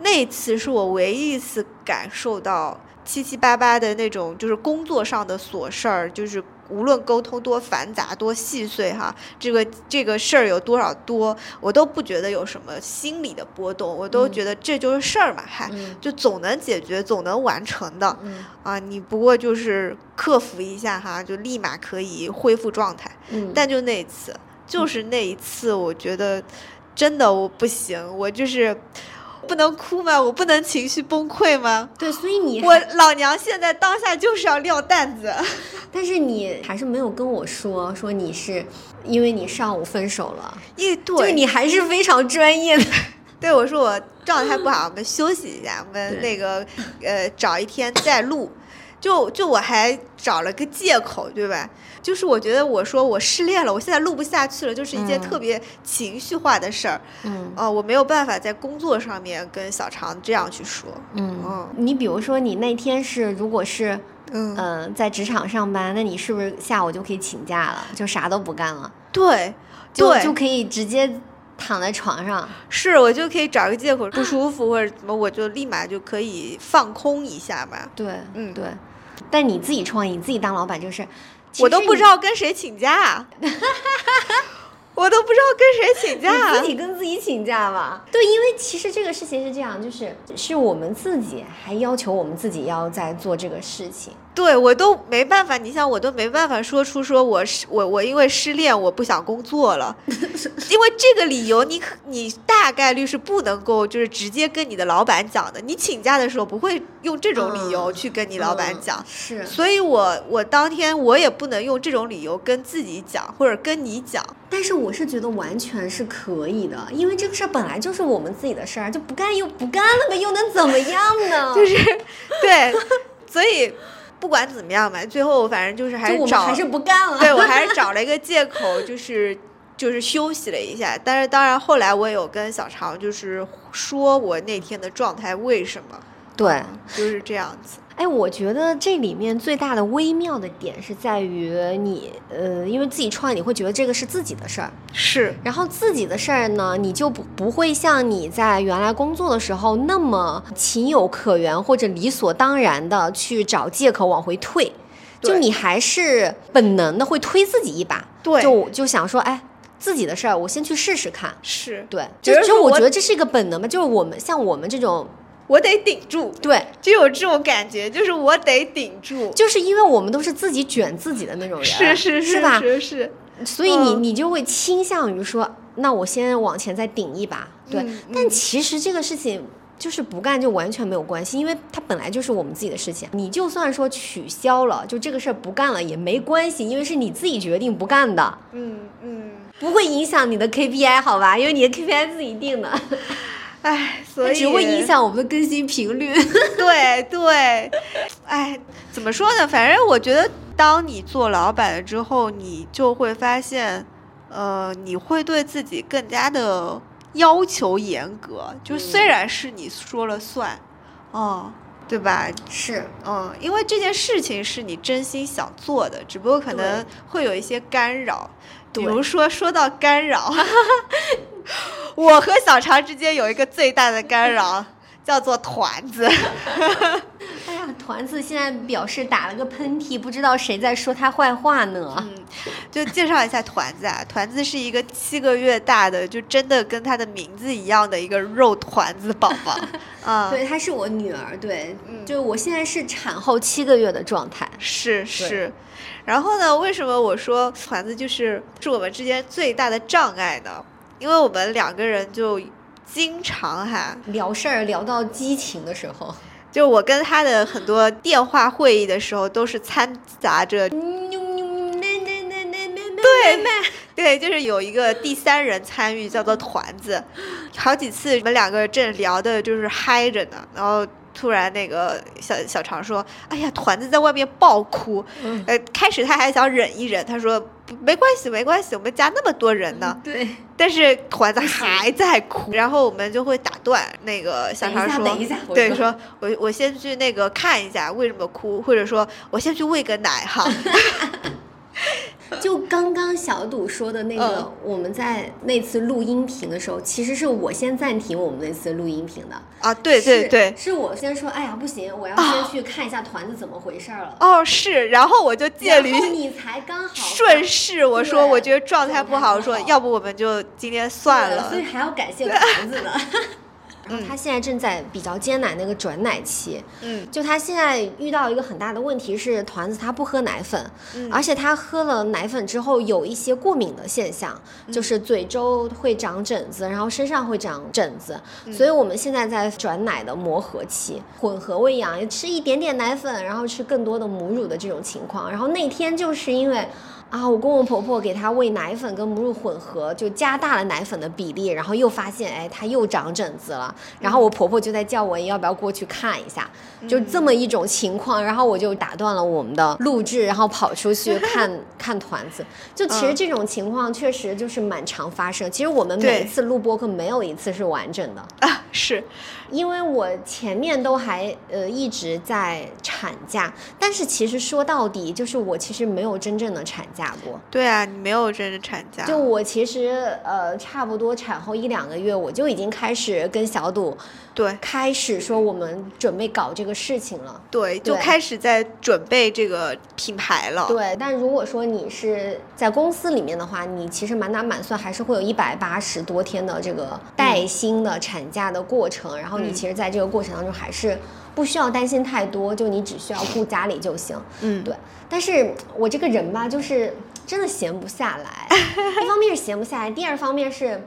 Speaker 2: 那次是我唯一一次感受到七七八八的那种，就是工作上的琐事儿，就是无论沟通多繁杂、多细碎哈，这个这个事儿有多少多，我都不觉得有什么心理的波动，我都
Speaker 1: 嗯
Speaker 2: 觉得这就是事儿嘛，还、
Speaker 1: 嗯
Speaker 2: 就总能解决，总能完成的
Speaker 1: 嗯
Speaker 2: 啊。你不过就是克服一下哈，就立马可以恢复状态。
Speaker 1: 嗯，
Speaker 2: 但就那一次，就是那一次，我觉得真的我不行，我就是不能哭吗？我不能情绪崩溃吗？
Speaker 1: 对，所以你
Speaker 2: 我老娘现在当下就是要撂 担子，
Speaker 1: 但是你还是没有跟我说说你是因为你上午分手了，
Speaker 2: 因为
Speaker 1: 就是
Speaker 2: 对
Speaker 1: 你还是非常专业的。
Speaker 2: 对我说我状态不 好，我们休息一下，我们
Speaker 1: 对
Speaker 2: 那个呃找一天再录。就就我还找了个借口，对吧？就是我觉得我说我失恋了，我现在录不下去了，就是一件
Speaker 1: 嗯
Speaker 2: 特别情绪化的事儿。
Speaker 1: 嗯
Speaker 2: 哦、我没有办法在工作上面跟小常这样去说。
Speaker 1: 嗯
Speaker 2: 嗯，
Speaker 1: 你比如说你那天是如果是
Speaker 2: 嗯，
Speaker 1: 呃在职场上班，那你是不是下午就可以请假了，就啥都不干了，
Speaker 2: 对，
Speaker 1: 就
Speaker 2: 对，
Speaker 1: 就可以直接躺在床上？
Speaker 2: 是我就可以找个借口不舒服或者怎么，我就立马就可以放空一下嘛。
Speaker 1: 对，
Speaker 2: 嗯
Speaker 1: 对。但你自己创业，你自己当老板这个事儿，其
Speaker 2: 我都
Speaker 1: 实
Speaker 2: 不
Speaker 1: 你
Speaker 2: 知道跟谁请假 啊，我都不知道跟谁请假啊。
Speaker 1: 你自己跟自己请假吧。对，因为其实这个事情是这样，就是是我们自己还要求我们自己要在做这个事情。
Speaker 2: 对我都没办法，你像我都没办法说出说我是我我因为失恋我不想工作 了，因为这个理由你可你大概率是不能够就是直接跟你的老板讲的，你请假的时候不会用这种理由
Speaker 1: 嗯
Speaker 2: 去跟你老板讲，
Speaker 1: 是，
Speaker 2: 所以我我当天我也不能用这种理由跟自己讲或者跟你讲，
Speaker 1: 但是我是觉得完全是可以的，因为这个事儿本来就是我们自己的事儿，就不干又不干了呗，又能怎么样呢？
Speaker 2: 就是对，所以不管怎么样吧，最后反正就是还
Speaker 1: 就我
Speaker 2: 是
Speaker 1: 们
Speaker 2: 找
Speaker 1: 还是不干 了。
Speaker 2: 对我还是找了一个借口，就是 就是休息了一下。但是当然后来我有跟小常就是说我那天的状态为什么
Speaker 1: 对，
Speaker 2: 就是这样子。
Speaker 1: 哎，我觉得这里面最大的微妙的点是在于你，呃，因为自己创业，你会觉得这个是自己的事儿，
Speaker 2: 是
Speaker 1: 然后自己的事儿呢，你就不不会像你在原来工作的时候那么情有可原或者理所当然的去找借口往回退，就
Speaker 2: 对
Speaker 1: 你还是本能的会推自己一把，
Speaker 2: 对
Speaker 1: 就就想说，哎，自己的事儿我先去试试看。
Speaker 2: 是，
Speaker 1: 对，
Speaker 2: 只
Speaker 1: 就是就
Speaker 2: 说
Speaker 1: 我
Speaker 2: 我
Speaker 1: 觉得这是一个本能吧，就是我们像我们这种，
Speaker 2: 我得顶住，
Speaker 1: 对，
Speaker 2: 就有这种感觉，就是我得顶住。
Speaker 1: 就是因为我们都是自己卷自己的那种人，啊
Speaker 2: 是是
Speaker 1: 是
Speaker 2: 是
Speaker 1: 吧？
Speaker 2: 是是，
Speaker 1: 所以你
Speaker 2: 嗯
Speaker 1: 你就会倾向于说，那我先往前再顶一把，对。
Speaker 2: 嗯
Speaker 1: 但
Speaker 2: 嗯
Speaker 1: 其实这个事情就是不干就完全没有关系，因为它本来就是我们自己的事情。你就算说取消了，就这个事儿不干了也没关系，因为是你自己决定不干的，
Speaker 2: 嗯嗯，
Speaker 1: 不会影响你的 KPI 好吧？因为你的 KPI 自己定的，
Speaker 2: 哎，所
Speaker 1: 它
Speaker 2: 以
Speaker 1: 只会影响我们的更新频率。
Speaker 2: 对对，哎，怎么说呢？反正我觉得，当你做老板了之后，你就会发现，呃，你会对自己更加的要求严格。就虽
Speaker 1: 嗯
Speaker 2: 然是你说了算，哦，对吧？
Speaker 1: 是，
Speaker 2: 嗯，因为这件事情是你真心想做的，只不过可
Speaker 1: 对
Speaker 2: 能会有一些干扰。比
Speaker 1: 对
Speaker 2: 如说，说到 干扰，我和小常之间有一个最大的干扰，叫做团子。
Speaker 1: 哎呀，团子现在表示打了个喷嚏，不知道谁在说他坏话呢。
Speaker 2: 嗯，就介绍一下团子啊， 团子是一个七个月大的，就真的跟它的名字一样的一个肉团子宝宝啊。
Speaker 1: 对，她是我女儿，对，
Speaker 2: 嗯
Speaker 1: 就是我现在是产后七个月的状态。
Speaker 2: 是是。然后呢，为什么我说团子就是是我们之间最大的障碍呢？因为我们两个人就经常哈，
Speaker 1: 聊事儿聊到激情的时候，
Speaker 2: 就我跟他的很多电话会议的时候，都是掺杂着嗯
Speaker 1: 对，
Speaker 2: 对，就是有一个第三人参与，叫做团子。好几次我们两个正聊的就是嗨着呢，然后突然那个小小常说：“哎呀，团子在外面暴哭。
Speaker 1: 嗯
Speaker 2: 呃，开始他还想忍一忍，他说：“不没关系，没关系，我们家那么多人呢。
Speaker 1: 对，
Speaker 2: 但是团子还在哭，然后我们就会打断那个小常说：“
Speaker 1: 等一下等一下我
Speaker 2: 对，
Speaker 1: 说
Speaker 2: 说我我先去那个看一下为什么哭，或者说我先去喂个奶哈。”
Speaker 1: 就刚刚小赌说的那
Speaker 2: 嗯
Speaker 1: 个，我们在那次录音频的时候，其实是我先暂停我们那次录音频的。
Speaker 2: 啊，对对
Speaker 1: 是
Speaker 2: 对，啊
Speaker 1: 是我先说，哎呀，不行，我要先去看一下团子怎么回事儿了。
Speaker 2: 哦，是，然后我就借
Speaker 1: 然后
Speaker 2: 驴
Speaker 1: 你才刚好
Speaker 2: 顺势，我说
Speaker 1: 对
Speaker 2: 我觉得状态
Speaker 1: 状态
Speaker 2: 不好，我
Speaker 1: 不
Speaker 2: 说
Speaker 1: 好
Speaker 2: 要不我们就今天算
Speaker 1: 对
Speaker 2: 了
Speaker 1: 所以。还要感 谢团子呢。然后他现在正在比较艰难的一个转奶期，
Speaker 2: 嗯
Speaker 1: 就他现在遇到一个很大的问题是，团子他不喝奶粉，
Speaker 2: 嗯
Speaker 1: 而且他喝了奶粉之后有一些过敏的现象，就是嘴周会长疹子，然后身上会长疹子，所以我们现在在转奶的磨合期，混合喂养，吃一点点奶粉，然后吃更多的母乳的这种情况。然后那天就是因为。啊，我公公婆婆给他喂奶粉跟母乳混合，就加大了奶粉的比例，然后又发现，哎，他又长疹子了。然后我
Speaker 2: 嗯
Speaker 1: 婆婆就在叫我哎要不要过去看一下，就这么一种情况。然后我就打断了我们的录制，然后跑出 去看看团子。就其实
Speaker 2: 嗯
Speaker 1: 这种情况确实就是蛮常发生。其实我们
Speaker 2: 对
Speaker 1: 每一次录播课没有一次是完整的，
Speaker 2: 啊，是，
Speaker 1: 因为我前面都还呃一直在产假，但是其实说到底，就是我其实没有真正的产假过。
Speaker 2: 对啊，你没有真正产假，
Speaker 1: 就我其实呃，差不多产后一两个月，我就已经开始跟小赌
Speaker 2: 对
Speaker 1: 开始说我们准备搞这个事情了。
Speaker 2: 对，就
Speaker 1: 对
Speaker 2: 开始在准备这个品牌了。
Speaker 1: 对，但如果说你是在公司里面的话，你其实满打满算还是会有一百八十多天的这个带薪的产假的过程，然后你其实在这个过程当中还是不需要担心太多，就你只需要顾家里就行。
Speaker 2: 嗯
Speaker 1: 对。但是我这个人吧，就是真的闲不下来，一方面是闲不下来，第二方面是。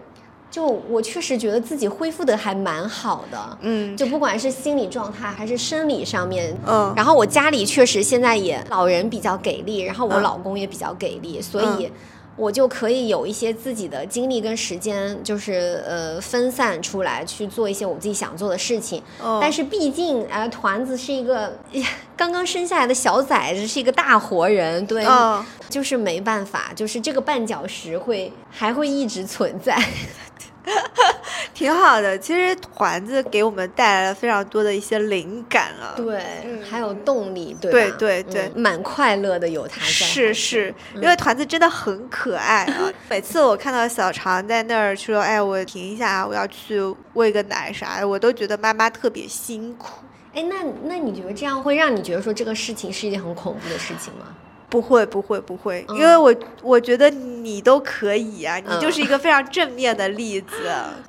Speaker 1: 就我确实觉得自己恢复的还蛮好的，
Speaker 2: 嗯
Speaker 1: 就不管是心理状态还是生理上面，
Speaker 2: 嗯
Speaker 1: 然后我家里确实现在也老人比较给力，然后我
Speaker 2: 嗯
Speaker 1: 老公也比较给力，所以我就可以有一些自己的精力跟时间，就是呃分散出来去做一些我自己想做的事情。
Speaker 2: 哦
Speaker 1: 嗯但是毕竟呃，团子是一个哎呀刚刚生下来的小崽子，是一个大活人，对，
Speaker 2: 哦
Speaker 1: 就是没办法，就是这个绊脚石会还会一直存在。
Speaker 2: 挺好的。其实团子给我们带来了非常多的一些灵感啊。
Speaker 1: 对，
Speaker 2: 嗯
Speaker 1: 还有动力，对
Speaker 2: 对
Speaker 1: 吧
Speaker 2: 对
Speaker 1: 嗯
Speaker 2: 对
Speaker 1: 蛮快乐的，有他在。嗯
Speaker 2: 是是，因为团子真的很可爱 啊！每次我看到小常在那儿说：“哎，我停一下，我要去喂个奶啥的”，我都觉得妈妈特别辛苦。
Speaker 1: 哎，那那你觉得这样会让你觉得说这个事情是一件很恐怖的事情吗？
Speaker 2: 不会不会不会，因为
Speaker 1: 嗯
Speaker 2: 我我觉得你都可以啊，你就
Speaker 1: 嗯
Speaker 2: 是一个非常正面的 例子。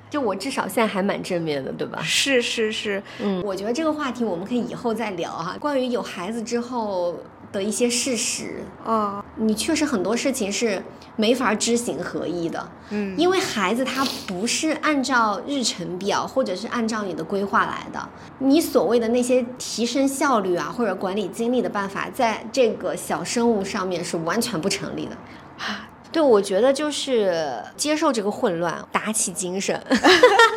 Speaker 1: 就我至少现在还蛮正面的，对吧？
Speaker 2: 是是是，
Speaker 1: 嗯，我觉得这个话题我们可以以后再聊哈，关于有孩子之后的一些事实，
Speaker 2: 哦，
Speaker 1: 你确实很多事情是没法知行合一的，
Speaker 2: 嗯，
Speaker 1: 因为孩子他不是按照日程表或者是按照你的规划来的，你所谓的那些提升效率啊或者管理精力的办法，在这个小生物上面是完全不成立的。啊对，我觉得就是接受这个混乱，打起精神。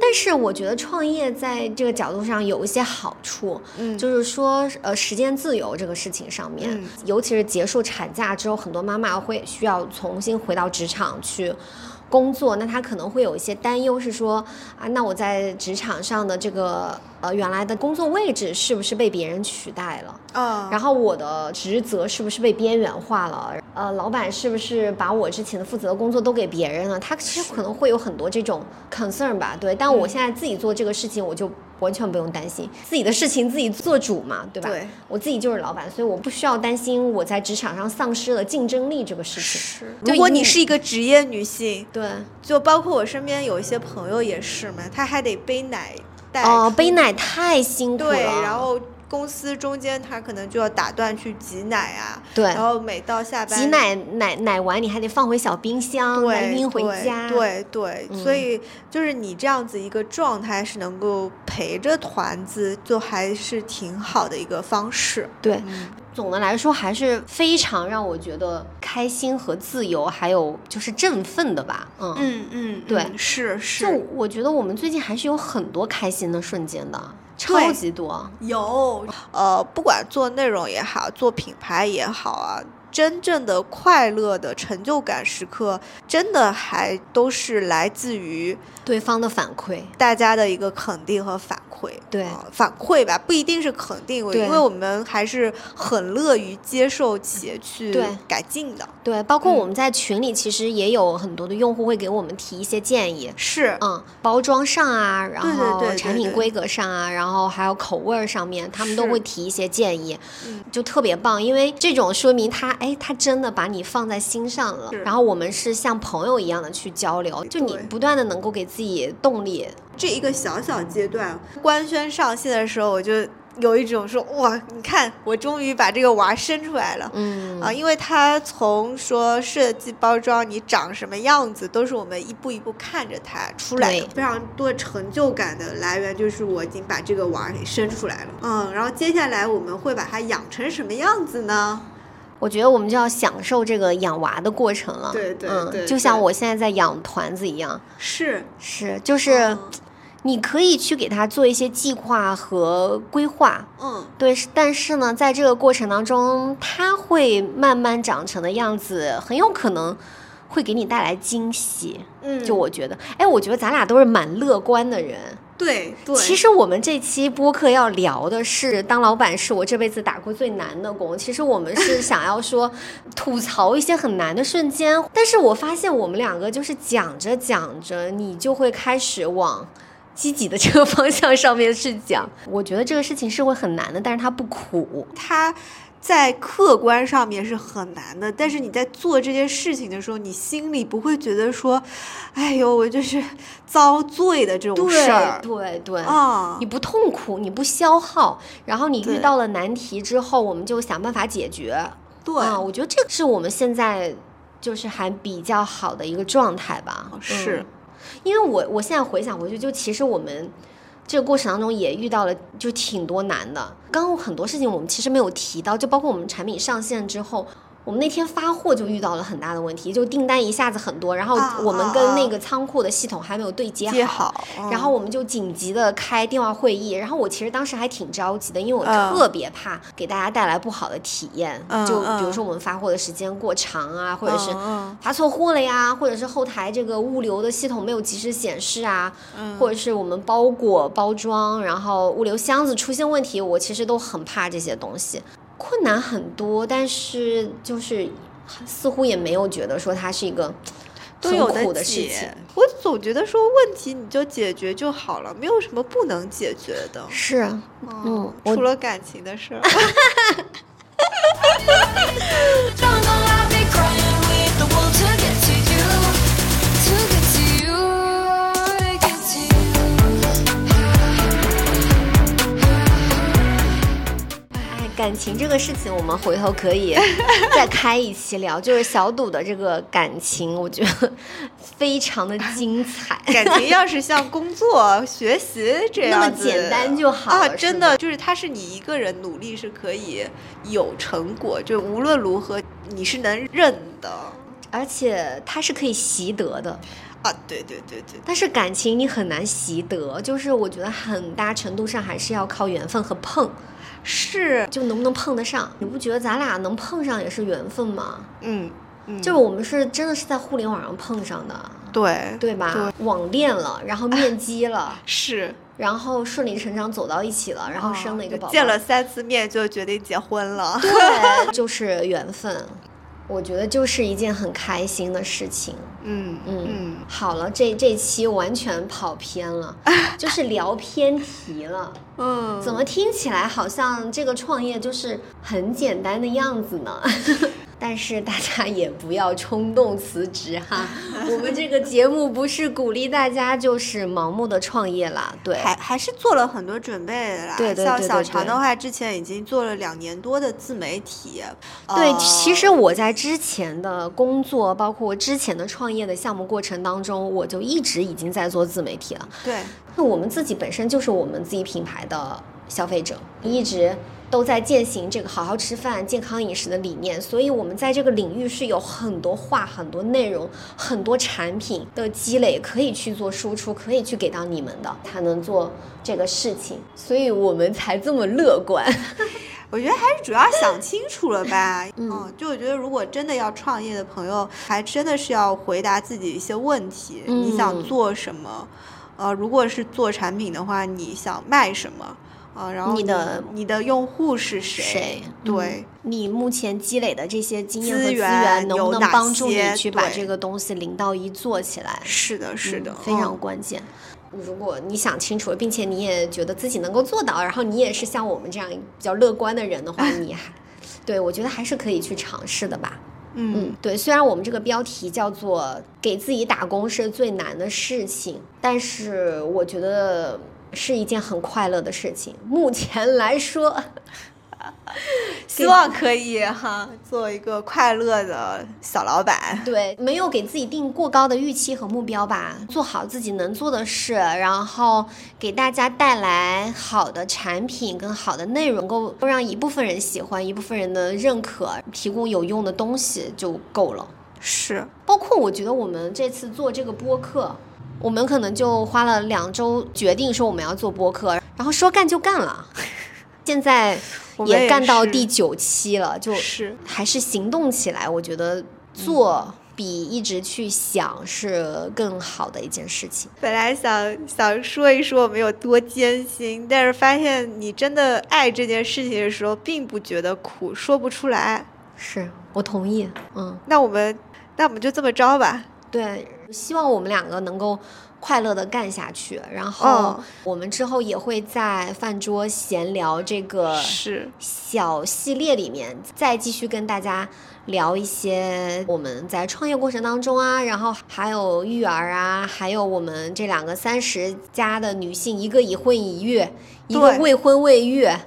Speaker 1: 但是我觉得创业在这个角度上有一些好处，
Speaker 2: 嗯
Speaker 1: 就是说呃时间自由这个事情上面，
Speaker 2: 嗯
Speaker 1: 尤其是结束产假之后，很多妈妈会需要重新回到职场去。工作，那她可能会有一些担忧，是说啊，那我在职场上的这个呃原来的工作位置是不是被别人取代了？
Speaker 2: 哦，
Speaker 1: 然后我的职责是不是被边缘化了？呃，老板是不是把我之前的负责的工作都给别人了？他其实可能会有很多这种 concern 吧，对。但
Speaker 2: 嗯
Speaker 1: 我现在自己做这个事情，我就完全不用担心自己的事情自己做主嘛，对吧？
Speaker 2: 对
Speaker 1: 我自己就是老板，所以我不需要担心我在职场上丧失了竞争力这个事情。
Speaker 2: 是，
Speaker 1: 就
Speaker 2: 如果
Speaker 1: 一
Speaker 2: 你是一个职业女性，
Speaker 1: 对，
Speaker 2: 就包括我身边有一些朋友也是嘛，她还得背奶带
Speaker 1: 哦、
Speaker 2: 出
Speaker 1: 背奶啊太辛苦了。
Speaker 2: 对，然后公司中间她可能就要打断去挤奶啊，
Speaker 1: 对
Speaker 2: 然后每到下班
Speaker 1: 挤奶奶奶完，你还得放回小冰箱，再
Speaker 2: 对
Speaker 1: 拎回
Speaker 2: 对
Speaker 1: 家。
Speaker 2: 对对，
Speaker 1: 嗯
Speaker 2: 所以就是你这样子一个状态是能够陪着团子，就还是挺好的一个方式。
Speaker 1: 对，嗯总的来说还是非常让我觉得开心和自由，还有就是振奋的吧。嗯，
Speaker 2: 嗯嗯，
Speaker 1: 对
Speaker 2: 嗯是
Speaker 1: 就是我觉得我们最近还是有很多开心的瞬间的，超级多。
Speaker 2: 有呃，不管做内容也好，做品牌也好啊。真正的快乐的成就感时刻，真的还都是来自于
Speaker 1: 对方的反馈，
Speaker 2: 大家的一个肯定和反馈。
Speaker 1: 对
Speaker 2: 啊反馈吧，不一定是肯定，
Speaker 1: 对
Speaker 2: 因为我们还是很乐于接受且去
Speaker 1: 对
Speaker 2: 改进的。
Speaker 1: 对，包括
Speaker 2: 嗯
Speaker 1: 我们在群里，其实也有很多的用户会给我们提一些建议。
Speaker 2: 是，
Speaker 1: 嗯，包装上啊，然
Speaker 2: 对对
Speaker 1: 后
Speaker 2: 对
Speaker 1: 产
Speaker 2: 对
Speaker 1: 品
Speaker 2: 对
Speaker 1: 规格上啊，然后还有口味儿上面，他们都
Speaker 2: 是
Speaker 1: 会提一些建议
Speaker 2: 嗯，
Speaker 1: 就特别棒，因为这种说明他哎，他真的把你放在心上了
Speaker 2: 是。
Speaker 1: 然后我们是像朋友一样的去交流，就你
Speaker 2: 对
Speaker 1: 不断的能够给自己动力，
Speaker 2: 这一个小小阶段，官宣上线的时候，我就有一种说哇，你看，我终于把这个娃生出来了。
Speaker 1: 嗯
Speaker 2: 啊，因为它从说设计包装，你长什么样子，都是我们一步一步看着它出来的
Speaker 1: 对，
Speaker 2: 非常多成就感的来源就是我已经把这个娃给生出来了。嗯，然后接下来我们会把它养成什么样子呢？
Speaker 1: 我觉得我们就要享受这个养娃的过程了。
Speaker 2: 对对对
Speaker 1: 嗯，就像
Speaker 2: 对
Speaker 1: 我现在在养团子一样，
Speaker 2: 是，
Speaker 1: 是就是
Speaker 2: 嗯
Speaker 1: 你可以去给他做一些计划和规划，
Speaker 2: 嗯，
Speaker 1: 对，是但是呢，在这个过程当中，它会慢慢长成的样子，很有可能会给你带来惊喜。
Speaker 2: 嗯
Speaker 1: 就我觉得，哎，我觉得咱俩都是蛮乐观的人。
Speaker 2: 对对，
Speaker 1: 其实我们这期播客要聊的是，当老板是我这辈子打过最难的工。其实我们是想要 说吐槽一些很难的瞬间，但是我发现我们两个就是讲着讲着，你就会开始往。积极的这 个方向上面去讲，我觉得这个事情是会很难的，但是它不苦。
Speaker 2: 它在客观上面是很难的，但是你在做这件事情的时候，你心里不会觉得说，哎呦，我就是遭罪的这种事儿
Speaker 1: 对对对，
Speaker 2: 啊
Speaker 1: 你。不痛苦，你不消耗，然后你遇
Speaker 2: 对
Speaker 1: 到了难题之后，我们就想办法解决。
Speaker 2: 对，
Speaker 1: 啊，我觉得这个是我们现在就是还比较好的一个状态吧。
Speaker 2: 哦是
Speaker 1: 嗯因为我我现在回想回去，就其实我们这个过程当中也遇到了就挺多难的。刚刚很多事情我们其实没有提到，就包括我们产品上线之后。我们那天发货就遇到了很大的问题，就订单一下子很多，然后
Speaker 2: 啊
Speaker 1: 我们
Speaker 2: 啊
Speaker 1: 跟
Speaker 2: 啊
Speaker 1: 那个仓库的系统还没有对接
Speaker 2: 接好，
Speaker 1: 然
Speaker 2: 嗯
Speaker 1: 后我们就紧急的开电话会议，然后我其实当时还挺着急的，因为我
Speaker 2: 嗯
Speaker 1: 特别怕给大家带来不好的体验，
Speaker 2: 嗯
Speaker 1: 就比如
Speaker 2: 嗯
Speaker 1: 说我们发货的时间过长啊，或者是
Speaker 2: 嗯
Speaker 1: 发错货了呀，或者是后台这个物流的系统没有及时显示啊，
Speaker 2: 嗯
Speaker 1: 或者是我们包裹包装，然后物流箱子出现问题，我其实都很怕这些东西，困难很多，但是就是似乎也没有觉得说它是一个
Speaker 2: 都
Speaker 1: 很
Speaker 2: 有
Speaker 1: 苦的事情
Speaker 2: 解。。我总觉得说问题你就解决就好了，没有什么不能解决的。
Speaker 1: 是，嗯我
Speaker 2: 除了感情的事儿。
Speaker 3: Don't go out me crying with the world to get to you, to get to you, to get to you.
Speaker 1: 哎，感情这个事情，我们回头可 以再开一期聊。就是小赌的这个感情，我觉得非常的精彩。
Speaker 2: 感情要是像工作、学习这
Speaker 1: 那
Speaker 2: 样
Speaker 1: 么
Speaker 2: 子
Speaker 1: 简单就好
Speaker 2: 啊！
Speaker 1: 了
Speaker 2: 真
Speaker 1: 是
Speaker 2: 的，就是它是你一个人努力是可以有成果，就无论如何你是能认的
Speaker 1: 而且它是可以习得的，
Speaker 2: 啊！对对对对，
Speaker 1: 但是感情你很难习得，就是我觉得很大程度上还是要靠缘分和碰，
Speaker 2: 是，
Speaker 1: 就能不能碰得上。你不觉得咱俩能碰上也是缘分吗？
Speaker 2: 嗯嗯，
Speaker 1: 就是我们是真的是在互联网上碰上的，
Speaker 2: 对
Speaker 1: 对吧？网恋了，然后面基 了。
Speaker 2: 是，
Speaker 1: 然后顺理成章走到一起了，然后生了一个
Speaker 2: 啊
Speaker 1: 宝宝，
Speaker 2: 见了三次面就决定结 婚了。
Speaker 1: 对，就是缘分。我觉得就是一件很开心的事情。
Speaker 2: 嗯
Speaker 1: 嗯
Speaker 2: 嗯，
Speaker 1: 好了，这这期完全跑偏了，就是聊偏题了。
Speaker 2: 嗯，
Speaker 1: 怎么听起来好像这个创业就是很简单的样子呢？ 但是大家也不要冲动辞职哈，我们这个节目不是鼓励大家就是盲目的创业啦，对，
Speaker 2: 还还是做了很多准备的啦。
Speaker 1: 对对
Speaker 2: 像
Speaker 1: 对
Speaker 2: 小
Speaker 1: 对
Speaker 2: 常
Speaker 1: 对
Speaker 2: 的话，之前已经做了两年多的自媒体。
Speaker 1: 对，
Speaker 2: 呃
Speaker 1: 其实我在之前的工作，包括之前的创业的项目过程当中，我就一直已经在做自媒体了。
Speaker 2: 对，
Speaker 1: 那我们自己本身就是我们自己品牌的消费者，一直都在践行这个好好吃饭、健康饮食的理念，所以我们在这个领域是有很多话、很多内容、很多产品的积累可以去做输出，可以去给到你们的，才能做这个事情，所以我们才这么乐观。
Speaker 2: 我觉得还是主要想清楚了吧。
Speaker 1: 嗯
Speaker 2: 就我觉得如果真的要创业的朋友，还真的是要回答自己一些问题，你想
Speaker 1: 嗯
Speaker 2: 做什么？呃，如果是做产品的话，你想卖什么？啊、然后
Speaker 1: 你的
Speaker 2: 你的用户是谁？对
Speaker 1: 嗯，你目前积累的这些经验和
Speaker 2: 资
Speaker 1: 资
Speaker 2: 源
Speaker 1: 源，能
Speaker 2: 有
Speaker 1: 不能
Speaker 2: 哪
Speaker 1: 帮助
Speaker 2: 些
Speaker 1: 你去把
Speaker 2: 对
Speaker 1: 这个东西零到一做起来？
Speaker 2: 是的，是
Speaker 1: 嗯
Speaker 2: 的，
Speaker 1: 非常关键。如果你想清楚了，并且你也觉得自己能够做到，然后你也是像我们这样比较乐观的人的 话，你还对我觉得还是可以去尝试的吧。
Speaker 2: 嗯。嗯
Speaker 1: 嗯，对，虽然我们这个标题叫做“给自己打工是最难的事情”，但是我觉得是一件很快乐的事情。目前来说，
Speaker 2: 希望可以哈做一个快乐的小老板。
Speaker 1: 对，没有给自己定过高的预期和目标吧，做好自己能做的事，然后给大家带来好的产品跟好的内容，能够让一部分人喜欢，一部分人的认可，提供有用的东西就够了。
Speaker 2: 是，
Speaker 1: 包括我觉得我们这次做这个播客，我们可能就花了两周决定说我们要做播客，然后说干就干了， 现在
Speaker 2: 我们
Speaker 1: 也
Speaker 2: 也
Speaker 1: 干到
Speaker 2: 是
Speaker 1: 第九期了，就是还是行动起来，我觉得做比一直去想是更好的一件事情。
Speaker 2: 本来想想说一说我们有多艰辛，但是发现你真的爱这件事情的时候，并不觉得苦，说不出来。
Speaker 1: 是我同意，嗯，
Speaker 2: 那我们，那我们就这么着吧。
Speaker 1: 对。希望我们两个能够快乐的干下去。然后
Speaker 2: 嗯
Speaker 1: 我们之后也会在饭桌闲聊这个
Speaker 2: 是
Speaker 1: 小系列里面，再继续跟大家聊一些我们在创业过程当中啊，然后还有育儿啊，还有我们这两个三十加的女性，一个已婚已育，一个
Speaker 2: 对
Speaker 1: 未婚未育，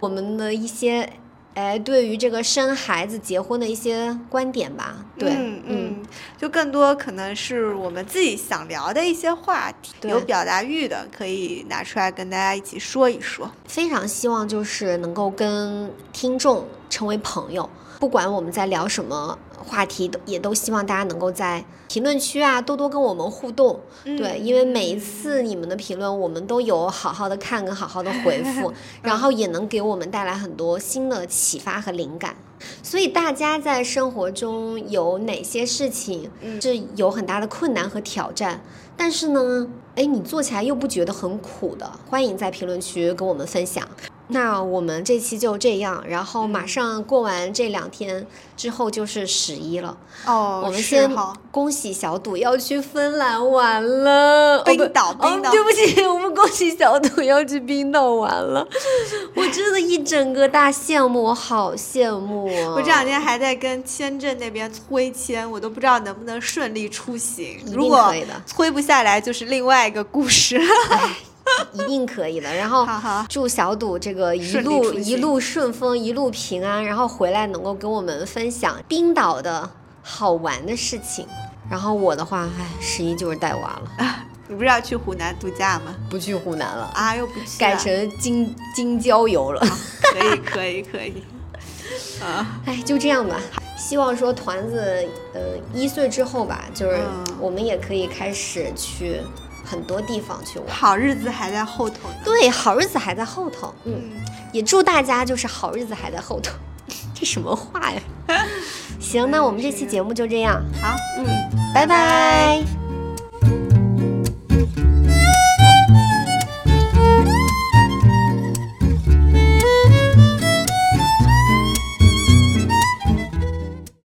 Speaker 1: 我们的一些哎对于这个生孩子、结婚的一些观点吧。对，
Speaker 2: 嗯嗯，就更多可能是我们自己想聊的一些话题，
Speaker 1: 对
Speaker 2: 有表达欲的可以拿出来跟大家一起说一说。
Speaker 1: 非常希望就是能够跟听众成为朋友，不管我们在聊什么话题，都也都希望大家能够在评论区啊多多跟我们互动。对，因为
Speaker 2: 嗯
Speaker 1: 每一次你们的评论，我们都有好好的看跟好好的回 复，然后也能给我们带来很多新的启发和灵感。所以大家在生活中有哪些事情
Speaker 2: 嗯
Speaker 1: 是有很大的困难和挑战？但是呢，哎，你做起来又不觉得很苦的，欢迎在评论区跟我们分享。那我们这期就这样，然后马
Speaker 2: 嗯
Speaker 1: 上过完这两天之后就是十一了，
Speaker 2: 哦，
Speaker 1: 我们
Speaker 2: 是
Speaker 1: 先
Speaker 2: 哈
Speaker 1: 恭喜小赌要去芬兰玩了，哦不
Speaker 2: 冰岛冰岛
Speaker 1: 哦。对不起，我们恭喜小赌要去冰岛玩了，我真的一整个大羡慕，我好羡慕、啊。
Speaker 2: 我这两天还在跟签证那边催签，我都不知道能不能顺利出行
Speaker 1: 一。
Speaker 2: 如
Speaker 1: 定
Speaker 2: 果
Speaker 1: 可以的
Speaker 2: 催不下来，就是另外一个故事。
Speaker 1: 一定可以的。然后
Speaker 2: 好好
Speaker 1: 祝小赌这个一
Speaker 2: 顺利
Speaker 1: 路
Speaker 2: 出
Speaker 1: 一
Speaker 2: 行
Speaker 1: 路顺风，一路平安，然后回来能够跟我们分享冰岛的好玩的事情。然后我的话，唉，十一就是带娃了，
Speaker 2: 你不是要去湖南度假吗？
Speaker 1: 不去湖南了，
Speaker 2: 啊，又不去
Speaker 1: 改
Speaker 2: 了
Speaker 1: 成京京郊游了。
Speaker 2: 可以可以可以。啊，
Speaker 1: 哎，就这样吧。希望说团子，呃，一岁之后吧，就是
Speaker 2: 嗯
Speaker 1: 我们也可以开始去很多地方去玩。
Speaker 2: 好日子还在后头呢。
Speaker 1: 对，好日子还在后头，嗯，
Speaker 2: 嗯，
Speaker 1: 也祝大家就是好日子还在后头。 这什么 话呀？行，那我们这期节目就这样，
Speaker 2: 好，嗯，
Speaker 1: 拜拜